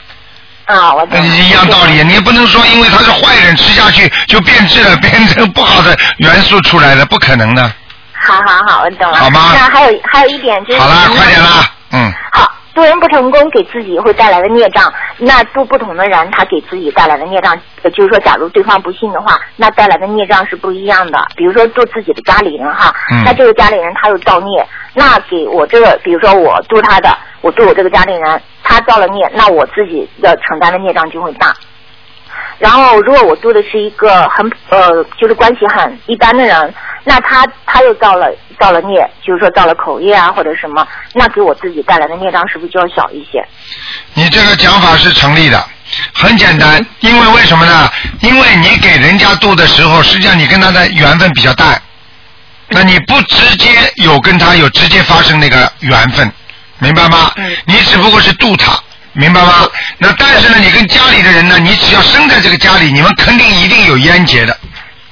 啊，我懂那了。一样道理，你也不能说因为它是坏人吃下去就变质了， 变成不好的元素出来了，不可能的。好好好，我懂了。好吗那还有还有一点就是好啦，快点啦，嗯。好，做人不成功给自己会带来的孽障，那做不同的人他给自己带来的孽障，呃就是说，假如对方不信的话，那带来的孽障是不一样的。比如说做自己的家里人哈，嗯那这个家里人他有造孽，那给我这个，比如说我度他的，我度我这个家里人，他造了孽，那我自己要承担的孽障就会大。然后，如果我度的是一个很呃，就是关系很一般的人，那他他又造了造了孽，就是说造了口业啊或者什么，那给我自己带来的孽障是不是就要小一些？你这个讲法是成立的，很简单，因为为什么呢？因为你给人家度的时候，实际上你跟他的缘分比较淡，那你不直接有跟他有直接发生那个缘分，明白吗？你只不过是度他。明白吗？那但是呢，你跟家里的人呢，你只要生在这个家里，你们肯定一定有冤结的。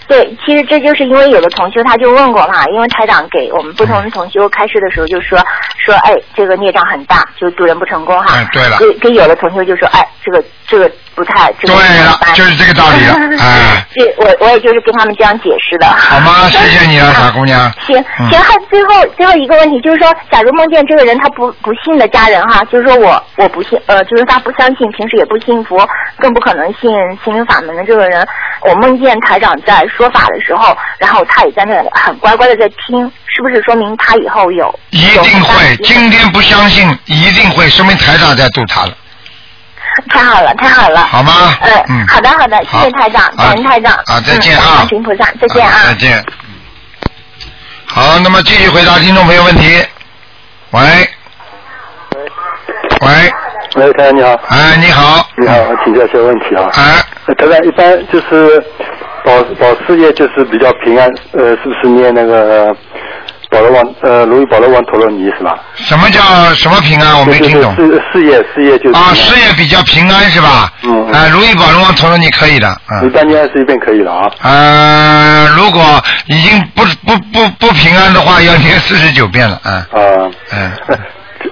对，其实这就是因为有的同修他就问过嘛，因为台长给我们不同的同修开示的时候就说说，哎，这个孽障很大，就度人不成功哈。嗯对了给给有的同修就说，哎，这个这个不太这个对不了太，般，就是这个道理了 哎，对，我我也就是跟他们这样解释的。好吗？谢 谢你了，傻姑娘。行嗯行，还有最后最后一个问题就是说，假如梦见这个人他不不信的家人哈，就是说我我不信，呃，就是他不相信，平时也不信佛，更不可能信心灵法门的这个人，我梦见台长在说法的时候，然后他也在那里很乖乖的在听，是不是说明他以后有一有定很大会的，机今天不相信，一定会，说明台长在度他了，太好了，太好了，好吗？嗯，嗯，好的好的，谢谢台长，好感恩台长，啊，再见嗯感啊恩，群菩萨，再见啊啊，再见。好，那么继续回答听众朋友问题。喂，喂，喂，台长你好，哎，你好，你好，我请教一些问题啊。哎，呃台长，一般就是保保事业就是比较平安，呃，是不是念那个保罗王呃如意保罗王陀罗尼是吧？什么叫什么平安？我没听懂。就是事事业事业就是啊，事业比较平安是吧？嗯啊，如意宝龙王陀罗尼可以的，一嗯。般念二十一遍可以了啊。呃，如果已经不不不不平安的话，要念四十九遍了，嗯啊、嗯。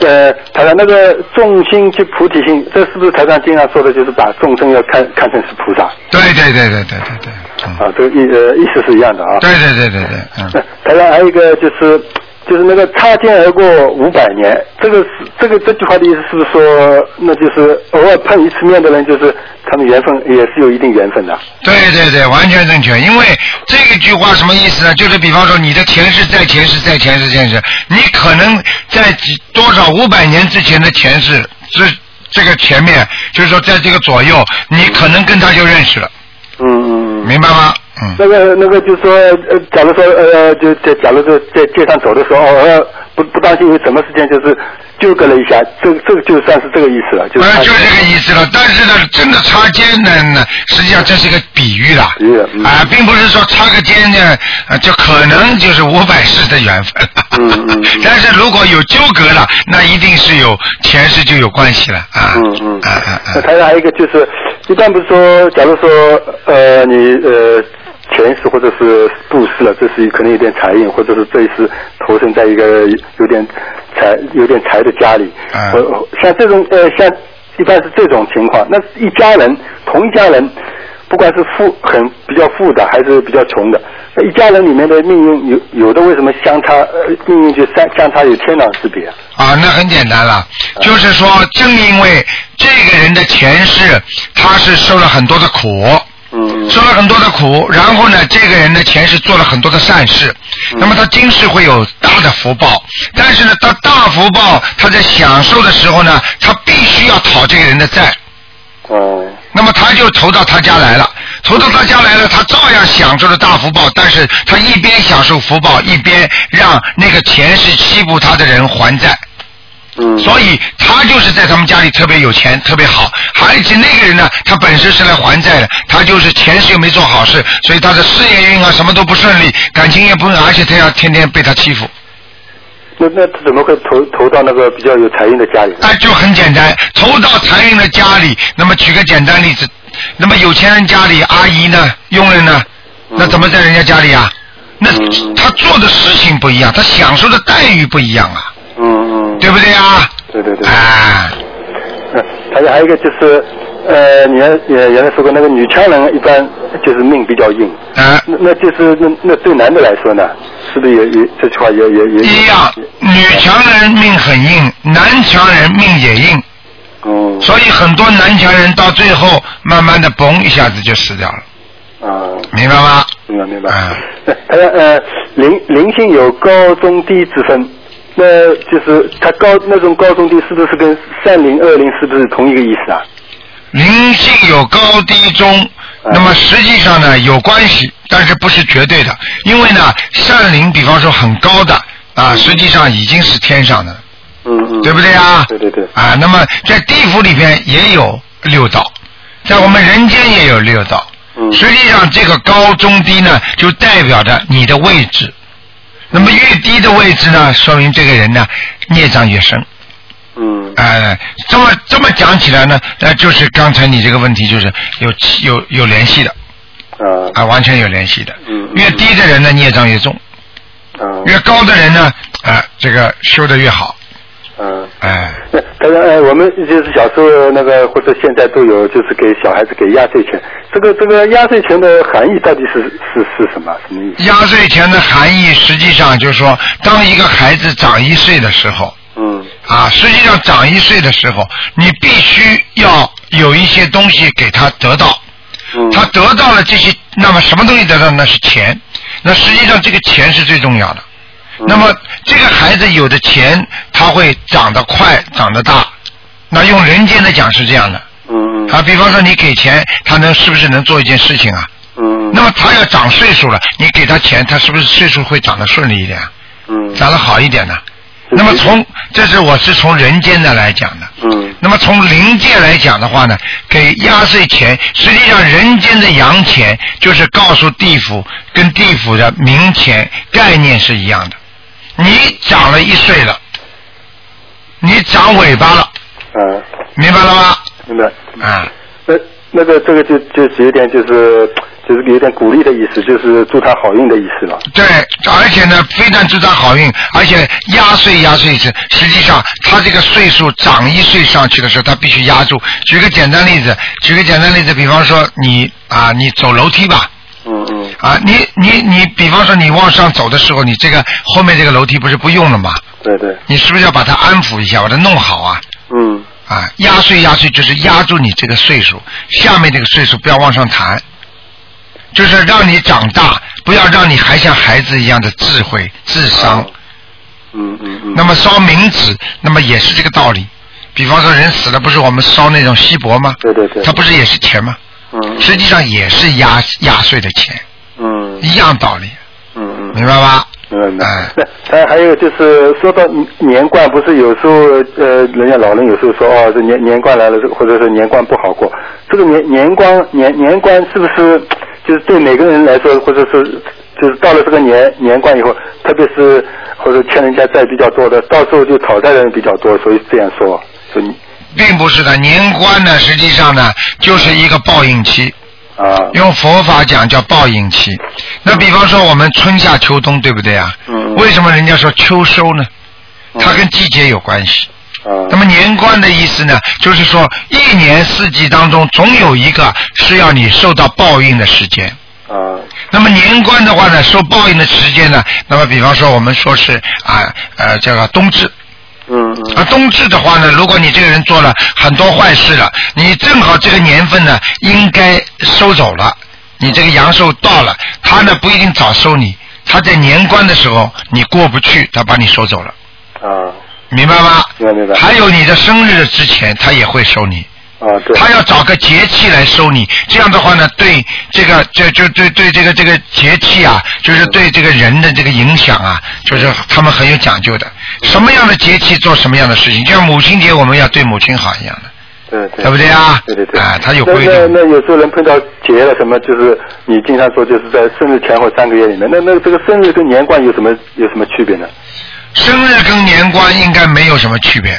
呃，台长，那个众星即菩提心，这是不是台长经常说的，就是把众生要看看成是菩萨？对对对对对对对，嗯，啊，这个意呃意思是一样的啊。对对对对对，嗯，台上还有一个就是就是那个擦肩而过五百年，这个是这个这句话的意思是说，那就是偶尔碰一次面的人，就是他们缘分也是有一定缘分的。对对对，完全正确。因为这个句话什么意思呢？就是比方说你的前世在前世在前世前世，你可能在几多少五百年之前的前世这这个前面，就是说在这个左右，你可能跟他就认识了，嗯嗯嗯。明白吗？嗯，那个那个就是说，呃，假如说呃，就就假如说在街上走的时候，偶尔不不当心有什么事情，就是纠葛了一下，这个这个就算是这个意思了，就是呃，擦就这个意思了。但是呢，真的擦肩呢，呢实际上这是个比喻啦。比喻嗯啊，并不是说擦个肩呢，呃就可能就是五百世的缘分。嗯嗯嗯 但是如果有纠葛了，那一定是有前世就有关系了啊。嗯嗯啊啊啊那！台上还有一个就是，呃一般不是说，假如说呃你呃前世或者是布施了，这是可能有点财运，或者是这一次投身在一个有点财有点财的家里，嗯呃像这种呃像一般是这种情况，那一家人同一家人。不管是富很比较富的，还是比较穷的，那一家人里面的命运有有的为什么相差呃命运就相相差有天壤之别啊？啊，那很简单了，就是说，正因为这个人的前世他是受了很多的苦，嗯受了很多的苦，然后呢，这个人呢前世做了很多的善事，那么他今世会有大的福报，但是呢，他大福报他在享受的时候呢，他必须要讨这个人的债，哦那么他就投到他家来了，投到他家来了，他照样享受了大福报，但是他一边享受福报，一边让那个前世欺负他的人还债。嗯，所以他就是在他们家里特别有钱，特别好。而且那个人呢，他本身是来还债的，他就是前世又没做好事，所以他的事业运啊什么都不顺利，感情也不顺，而且他要天天被他欺负。那那他怎么会投投到那个比较有财运的家里呢？那就很简单，投到财运的家里。那么举个简单例子，那么有钱人家里阿姨呢，佣人呢，那怎么在人家家里啊？那嗯他做的事情不一样，他享受的待遇不一样啊，嗯嗯，对不对啊？对对对。啊，嗯，而且还有一个就是，呃，你原也原来说过那个女强人一般就是命比较硬，啊。那那就是那那对男的来说呢，是不是也也这句话也也也一样，女强人命很硬，男强人命也硬，嗯所以很多男强人到最后慢慢的嘣一下子就死掉啊，了，明白吗？明白明白。啊，那他呃灵灵性有高中低之分，那就是他高那种高中低是不是跟三零二零是不是同一个意思啊？灵性有高低中，那么实际上呢有关系，但是不是绝对的，因为呢善灵比方说很高的啊，实际上已经是天上的，嗯嗯，对不对啊？对对对。啊，那么在地府里边也有六道，在我们人间也有六道。嗯实际上，这个高中低呢，就代表着你的位置。那么越低的位置呢，说明这个人呢孽障越深。嗯哎、这么这么讲起来呢，那就是刚才你这个问题就是有有有联系的啊啊，完全有联系的。嗯嗯越低的人呢，孽障越重；啊越高的人呢，啊、这个修的越好。啊！哎、那当然，呃，我们就是小时候那个或者现在都有，就是给小孩子给压岁钱。这个这个压岁钱的含义到底是是是什么？什么意思？压岁钱的含义实际上就是说，当一个孩子长一岁的时候，嗯啊，实际上长一岁的时候，你必须要有一些东西给他得到，嗯他得到了这些，那么什么东西得到？那是钱，那实际上这个钱是最重要的。嗯那么这个孩子有的钱，他会长得快，长得大。那用人间的讲是这样的，嗯啊，比方说你给钱，他能是不是能做一件事情啊？嗯那么他要长岁数了，你给他钱，他是不是岁数会长得顺利一点啊，嗯长得好一点呢？那么从这是我是从人间的来讲的，嗯那么从灵界来讲的话呢，给压岁钱，实际上人间的洋钱就是告诉地府跟地府的冥钱概念是一样的。你长了一岁了，你长尾巴了，啊，明白了吗？明白。啊、那那个这个就就是有点就是就是有点鼓励的意思，就是祝他好运的意思了。对，而且呢，非但祝他好运，而且压岁压岁是，实际上他这个岁数长一岁上去的时候，他必须压住。举个简单例子，举个简单例子，比方说你啊，你走楼梯吧，嗯嗯啊，你你你，比方说你往上走的时候，你这个后面这个楼梯不是不用了吗？对对，你是不是要把它安抚一下，把它弄好啊？嗯，啊，压岁压岁就是压住你这个岁数，下面这个岁数不要往上弹，就是让你长大，不要让你还像孩子一样的智慧智商。啊嗯嗯嗯，那么烧冥纸，那么也是这个道理。比方说人死了，不是我们烧那种锡箔吗？对对对，它不是也是钱吗？嗯实际上也是压压岁的钱，嗯一样道理，嗯嗯，明白吧？明白明哎白。那还还有就是说到年冠，不是有时候呃，人家老人有时候说哦，这年年冠来了，这个或者是年冠不好过。这个年年冠年年冠是不是就是对每个人来说，或者是就是到了这个年年冠以后，特别是或者欠人家债比较多的，到时候就讨债的人比较多，所以这样说，所以并不是的，年关呢，实际上呢，就是一个报应期，啊，用佛法讲叫报应期。那比方说我们春夏秋冬，对不对啊？嗯为什么人家说秋收呢？嗯它跟季节有关系。啊那么年关的意思呢，就是说一年四季当中总有一个是要你受到报应的时间。啊那么年关的话呢，受报应的时间呢，那么比方说我们说是啊呃这个冬至，嗯嗯啊，冬至的话呢，如果你这个人做了很多坏事了，你正好这个年份呢应该收走了，你这个阳寿到了，他呢不一定早收你，他在年关的时候你过不去，他把你收走了，啊明白吗？明白明白还有你的生日之前，他也会收你，啊对，他要找个节气来收你，这样的话呢，对这个这就对对这个这个节气啊，就是对这个人的这个影响啊，就是他们很有讲究的，什么样的节气做什么样的事情，就像母亲节我们要对母亲好一样的，对对对不对啊？对对对，啊，他有那规那定。那有时候人碰到节了什么，就是你经常说就是在生日前后三个月里面，那那这个生日跟年冠有什么有什么区别呢？生日跟年关应该没有什么区别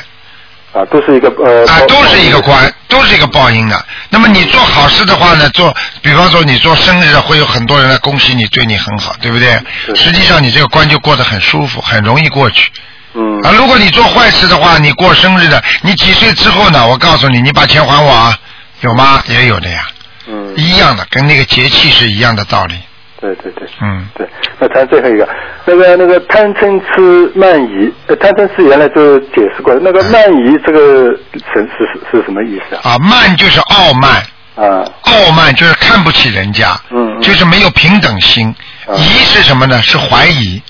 啊，都是一个呃，啊包，都是一个关，都是一个报应的。那么你做好事的话呢，做比方说你做生日，会有很多人来恭喜你，对你很好，对不对？是实际上你这个关就过得很舒服，很容易过去。嗯啊，如果你做坏事的话，你过生日的，你几岁之后呢？我告诉你，你把钱还我啊，有吗？也有的呀，嗯，一样的，跟那个节气是一样的道理。对对对嗯，对。那谈最后一个，那个那个贪嗔痴慢疑，呃贪嗔痴原来就解释过了，那个慢疑这个是是是什么意思啊？啊，慢就是傲慢，啊，傲慢就是看不起人家，嗯嗯就是没有平等心。啊疑是什么呢？是怀疑。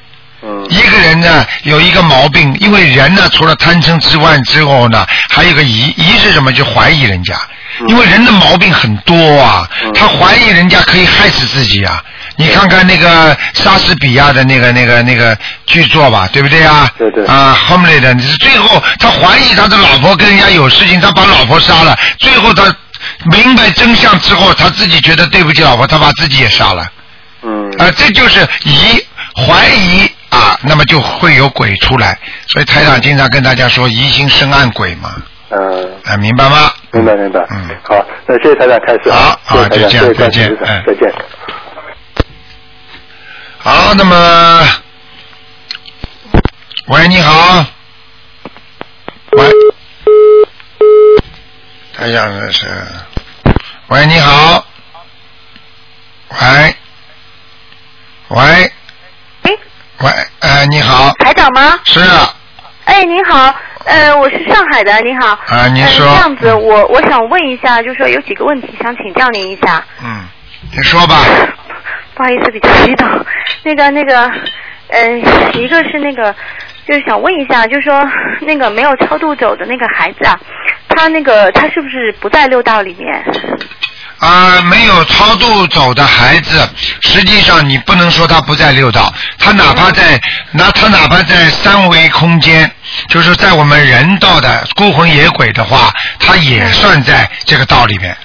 嗯一个人呢有一个毛病，因为人呢除了贪嗔之外之后呢，还有一个疑，疑是什么？就怀疑人家，嗯因为人的毛病很多啊，嗯他怀疑人家可以害死自己啊。你看看那个莎士比亚的那个那个那个剧作吧，对不对啊？对对啊，Hamlet，的你是最后他怀疑他的老婆跟人家有事情，他把老婆杀了，最后他明白真相之后，他自己觉得对不起老婆，他把自己也杀了。嗯啊，这就是疑怀疑啊，那么就会有鬼出来。所以台长经常跟大家说，疑心生暗鬼嘛，嗯。啊，明白吗？明白明白，嗯好，那谢谢台长开始啊，好好谢谢台长，谢谢再观见世嗯音菩萨再见再见。好，那么，喂，你好，喂，台长这是，喂，你好，喂，喂，喂，呃，你好，台长吗？是啊。哎，您好，呃，我是上海的，您好。啊您呃说这样子，我我想问一下，就是说有几个问题想请教您一下。嗯，你说吧。不好意思，比较激动。那个那个，呃，一个是那个，就是想问一下，就是说那个没有超度走的那个孩子啊，他那个他是不是不在六道里面？啊、没有超度走的孩子，实际上你不能说他不在六道，他哪怕嗯在，那他哪怕在三维空间，就是在我们人道的孤魂野鬼的话，他也算在这个道里面，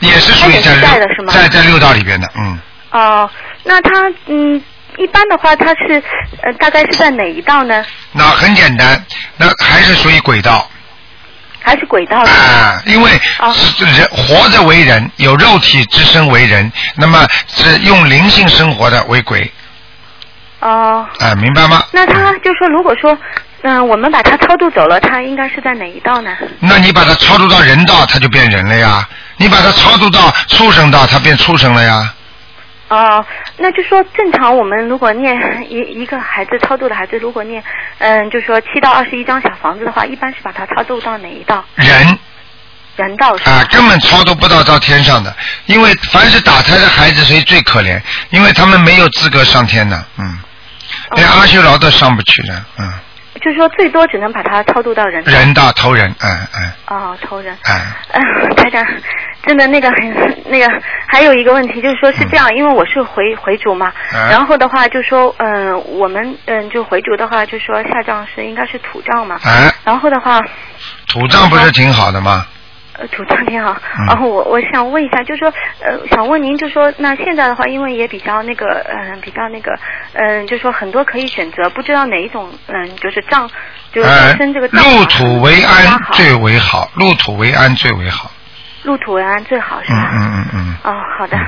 也是属于在嗯他也是在的是六吗在在六道里边的，嗯。哦、那他嗯，一般的话他是呃，大概是在哪一道呢？那很简单，那还是属于鬼道还是轨道啊、的？因为哦人活着为人，有肉体之身为人，那么是用灵性生活的为鬼哦、啊、明白吗？那他就说，如果说，嗯、我们把他超度走了，他应该是在哪一道呢？那你把它超度到人道，它就变人了呀；你把它超度到畜生道，它变畜生了呀。哦，那就说正常我们如果念一一个孩子超度的孩子，如果念嗯，就说七到二十一张小房子的话，一般是把它超度到哪一道？人人道是吧？啊，根本超度不到到天上的，因为凡是打胎的孩子，谁最可怜？因为他们没有资格上天的，嗯，哦连阿修罗都上不去的，嗯，就是说最多只能把它超度到人道。人大头人，嗯嗯哦，头人。嗯，嗯，台长，真的那个很那个，还有一个问题就是说是这样，因为我是回回族嘛，嗯啊然后的话就说，嗯、我们嗯、就回族的话就说下葬是应该是土葬嘛，哎，然后的话，土葬不是挺好的吗？呃，土葬挺好嗯。然后我我想问一下，就说呃，想问您，就说那现在的话，因为也比较那个，嗯、比较那个，嗯、就说很多可以选择，不知道哪一种，嗯、就是葬，就是哎生这个，葬啊、嗯入土为比较安好最为好，入土为安最为好，入土为安最好是嗯吧？嗯嗯嗯，哦，好的。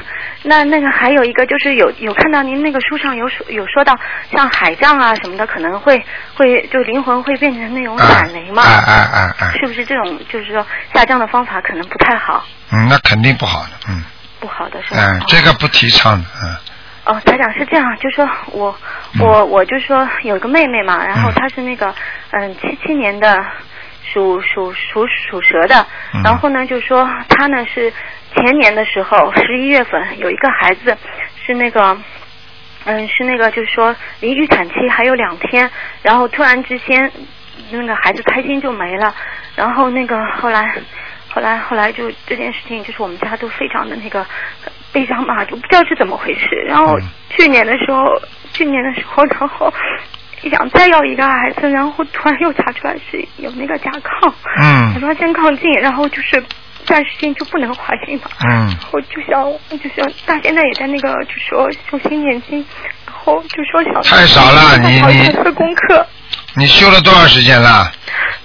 那那个还有一个就是有有看到您那个书上有说有说到像海葬啊什么的，可能会会就灵魂会变成那种啊闪雷嘛，啊啊啊啊，是不是这种就是说下葬的方法可能不太好，嗯，那肯定不好的，嗯不好的是吧？嗯哦，这个不提倡的，嗯。哦，台长是这样，就说我我我就说有个妹妹嘛，然后嗯她是那个嗯七七年的属属属属蛇的嗯，然后呢就说她呢是前年的时候十一月份有一个孩子是那个。嗯，是那个，就是说离预产期还有两天，然后突然之间，那个孩子胎心就没了，然后那个后来，后来后来就这件事情，就是我们家都非常的那个呃悲伤嘛，就不知道是怎么回事。然后嗯去年的时候，去年的时候，然后想再要一个孩子，然后突然又查出来是有那个甲亢，嗯甲状腺亢进，然后就是暂时性就不能怀孕了。嗯我就想，就想，他现在也在那个，就说修心念经，然后就说想太少了你好你的功课，，你修了多少时间了？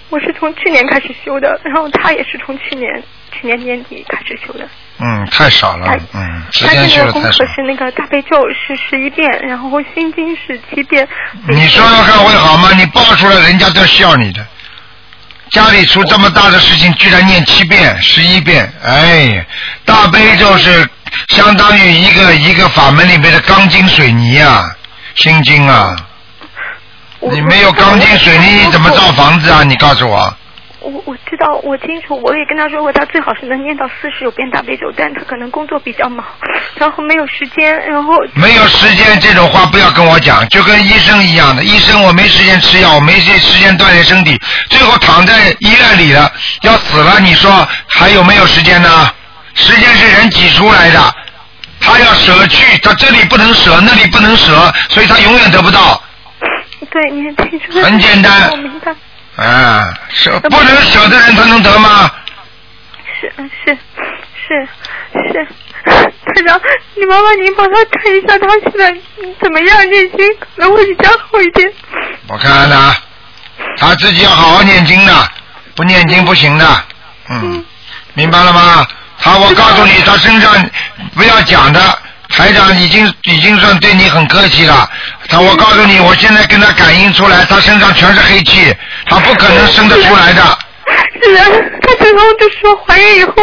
我是从去年开始修的，然后他也是从去年去年年底开始修的。嗯，太少了，嗯，时他间修现在的的功太少课。是那个大悲咒是十一遍，然后心经是七遍。你说说看会好吗？你报出来，人家都笑你的。家里出这么大的事情，居然念七遍、十一遍，哎，大悲咒是相当于一个一个法门里面的钢筋水泥啊，心经啊。我你没有钢筋水泥，你怎么造？房子啊？你告诉我，我我知道，我清楚，我也跟他说过，他最好是能念到四十九遍大悲咒，但他可能工作比较忙，然后没有时间，然后没有时间这种话不要跟我讲，就跟医生一样的，医生我没时间吃药，我没时间锻炼身体，最后躺在医院里了，要死了，你说还有没有时间呢？时间是人挤出来的，他要舍去，他这里不能舍，那里不能舍，所以他永远得不到。对，你很清楚。很简单我明白，啊，舍不能舍的人才能得吗？是是是是。 队长，你麻烦您帮他看一下，他现在怎么样？念经可能会比较好一点。我看看他，他自己要好好念经的，不念经不行的。嗯，明白了吗？他，我告诉你，他身上不要讲的，台长已经已经算对你很客气了。他，我告诉你，我现在跟他感应出来，他身上全是黑气，他不可能生得出来的。是啊，他最后就说怀孕以后，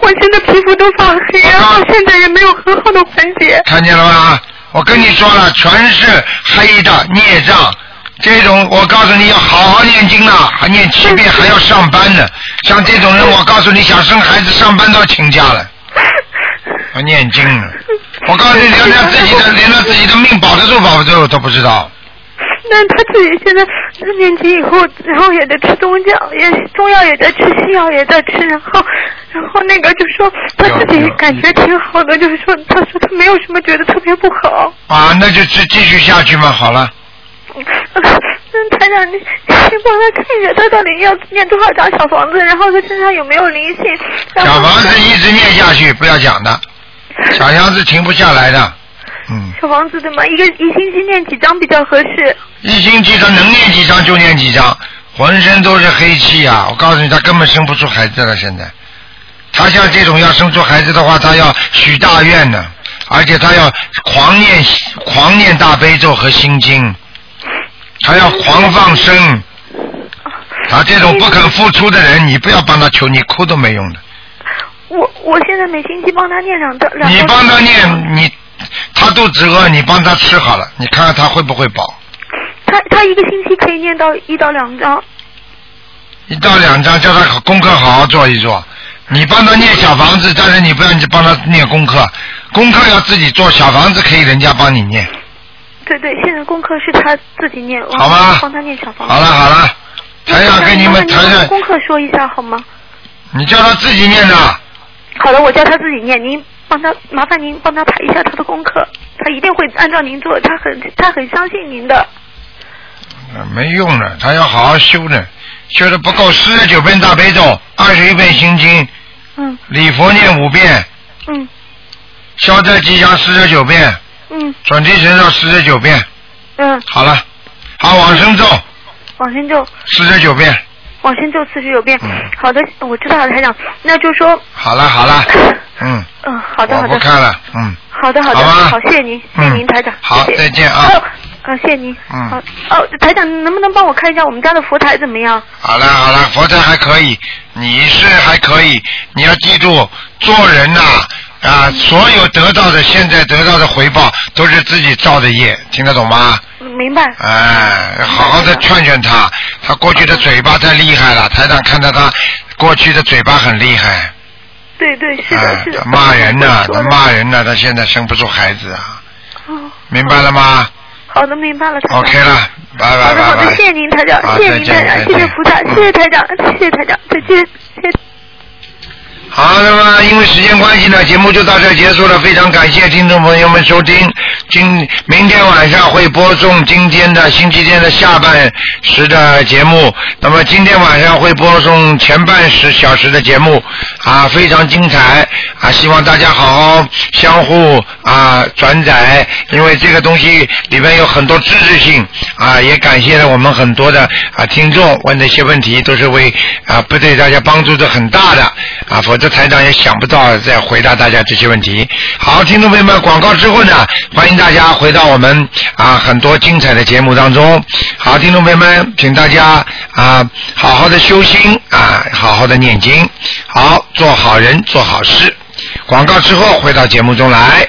我现在皮肤都发黑，然后现在也没有很好的缓解。看见了吗？我跟你说了，全是黑的孽障。这种我告诉你要好好念经呢，还念七遍，还要上班呢。像这种人，我告诉你，想生孩子上班都要请假了，要念经呢。我告诉你，连他自己的连他自己的命保得住保不住都不知道。那他自己现在念经以后，然后也在吃中药，也中药也在吃，西药也在吃，然后，然后那个就说他自己感觉挺好的，就是说他说他没有什么觉得特别不好。啊，那就继继续下去嘛，好了。嗯，台长，你你帮他看一下，他到底要念多少张小房子，然后他身上有没有灵性？然后小房子一直念下去，不要讲 的，小房子停不下来的。嗯，小房子对吗？一个一星期念几张比较合适？一星期他能念几张就念几张，浑身都是黑气啊！我告诉你，他根本生不出孩子了。现在，他像这种要生出孩子的话，他要许大愿呢，而且他要狂念狂念大悲咒和心经，他要狂放 生。他这种不肯付出的人，你不要帮他求，你哭都没用的。我我现在每星期帮他念两张，两你张帮他念，你他肚子饿，你帮他吃好了，你看看他会不会饱？他他一个星期可以念到一到两张，一到两张，叫他功课好好做一做。你帮他念小房子，但是你不要去帮他念功课，功课要自己做，小房子可以人家帮你念。对对，现在功课是他自己念，我好吧帮他念小房子。好了好了，台长给你们那台您把长，功课说一下好吗？你叫他自己念的，好的，我叫他自己念，您帮他麻烦您帮他排一下他的功课，他一定会按照您做，他很他很相信您的。呃没用的，他要好好修的，修的不够，四十九遍大悲咒，二十一遍心经，嗯礼佛念五遍，嗯消灾吉祥四十九遍，嗯准提神咒四十九遍，嗯，好了，好往生咒往生咒四十九遍，往生咒四十九遍嗯。好的，我知道了，台长，那就说，好了好了，嗯，嗯，好的我好不的，看了，嗯好的好的，好吧好，谢谢您，谢谢您，嗯台长，好谢谢再见啊哦啊，谢谢您。嗯好哦，台长，能不能帮我看一下我们家的佛台怎么样？好了好了，佛台还可以，你是还可以，你要记住做人呐啊所有得到的现在得到的回报都是自己造的业，听得懂吗？明白。哎，好好的劝劝他，他过去的嘴巴太厉害了，台长看到他过去的嘴巴很厉害，对对，是的，哎是，的。他骂人呢，我他说的骂人呢，他现在生不出孩子啊，哦明白了吗好的，明白了，台长。 ？OK 了，拜好拜的，好拜的，拜。谢谢您，台长，好谢谢您，再台见再长，见谢谢菩萨，谢谢台长，谢谢台长，再见，谢谢。好，那么因为时间关系呢，节目就到这儿结束了。非常感谢听众朋友们收听，今明天晚上会播送今天的星期天的下半时的节目，那么今天晚上会播送前半时小时的节目，啊，非常精彩啊！希望大家好好相互啊转载，因为这个东西里面有很多知识性啊，也感谢了我们很多的啊听众问的一些问题，都是为啊不对大家帮助的很大的啊，否则台长也想不到再回答大家这些问题。好，听众朋友们，广告之后呢，欢迎大家回到我们啊很多精彩的节目当中。好，听众朋友们，请大家啊好好的修心啊，好好的念经，好做好人做好事。广告之后回到节目中来。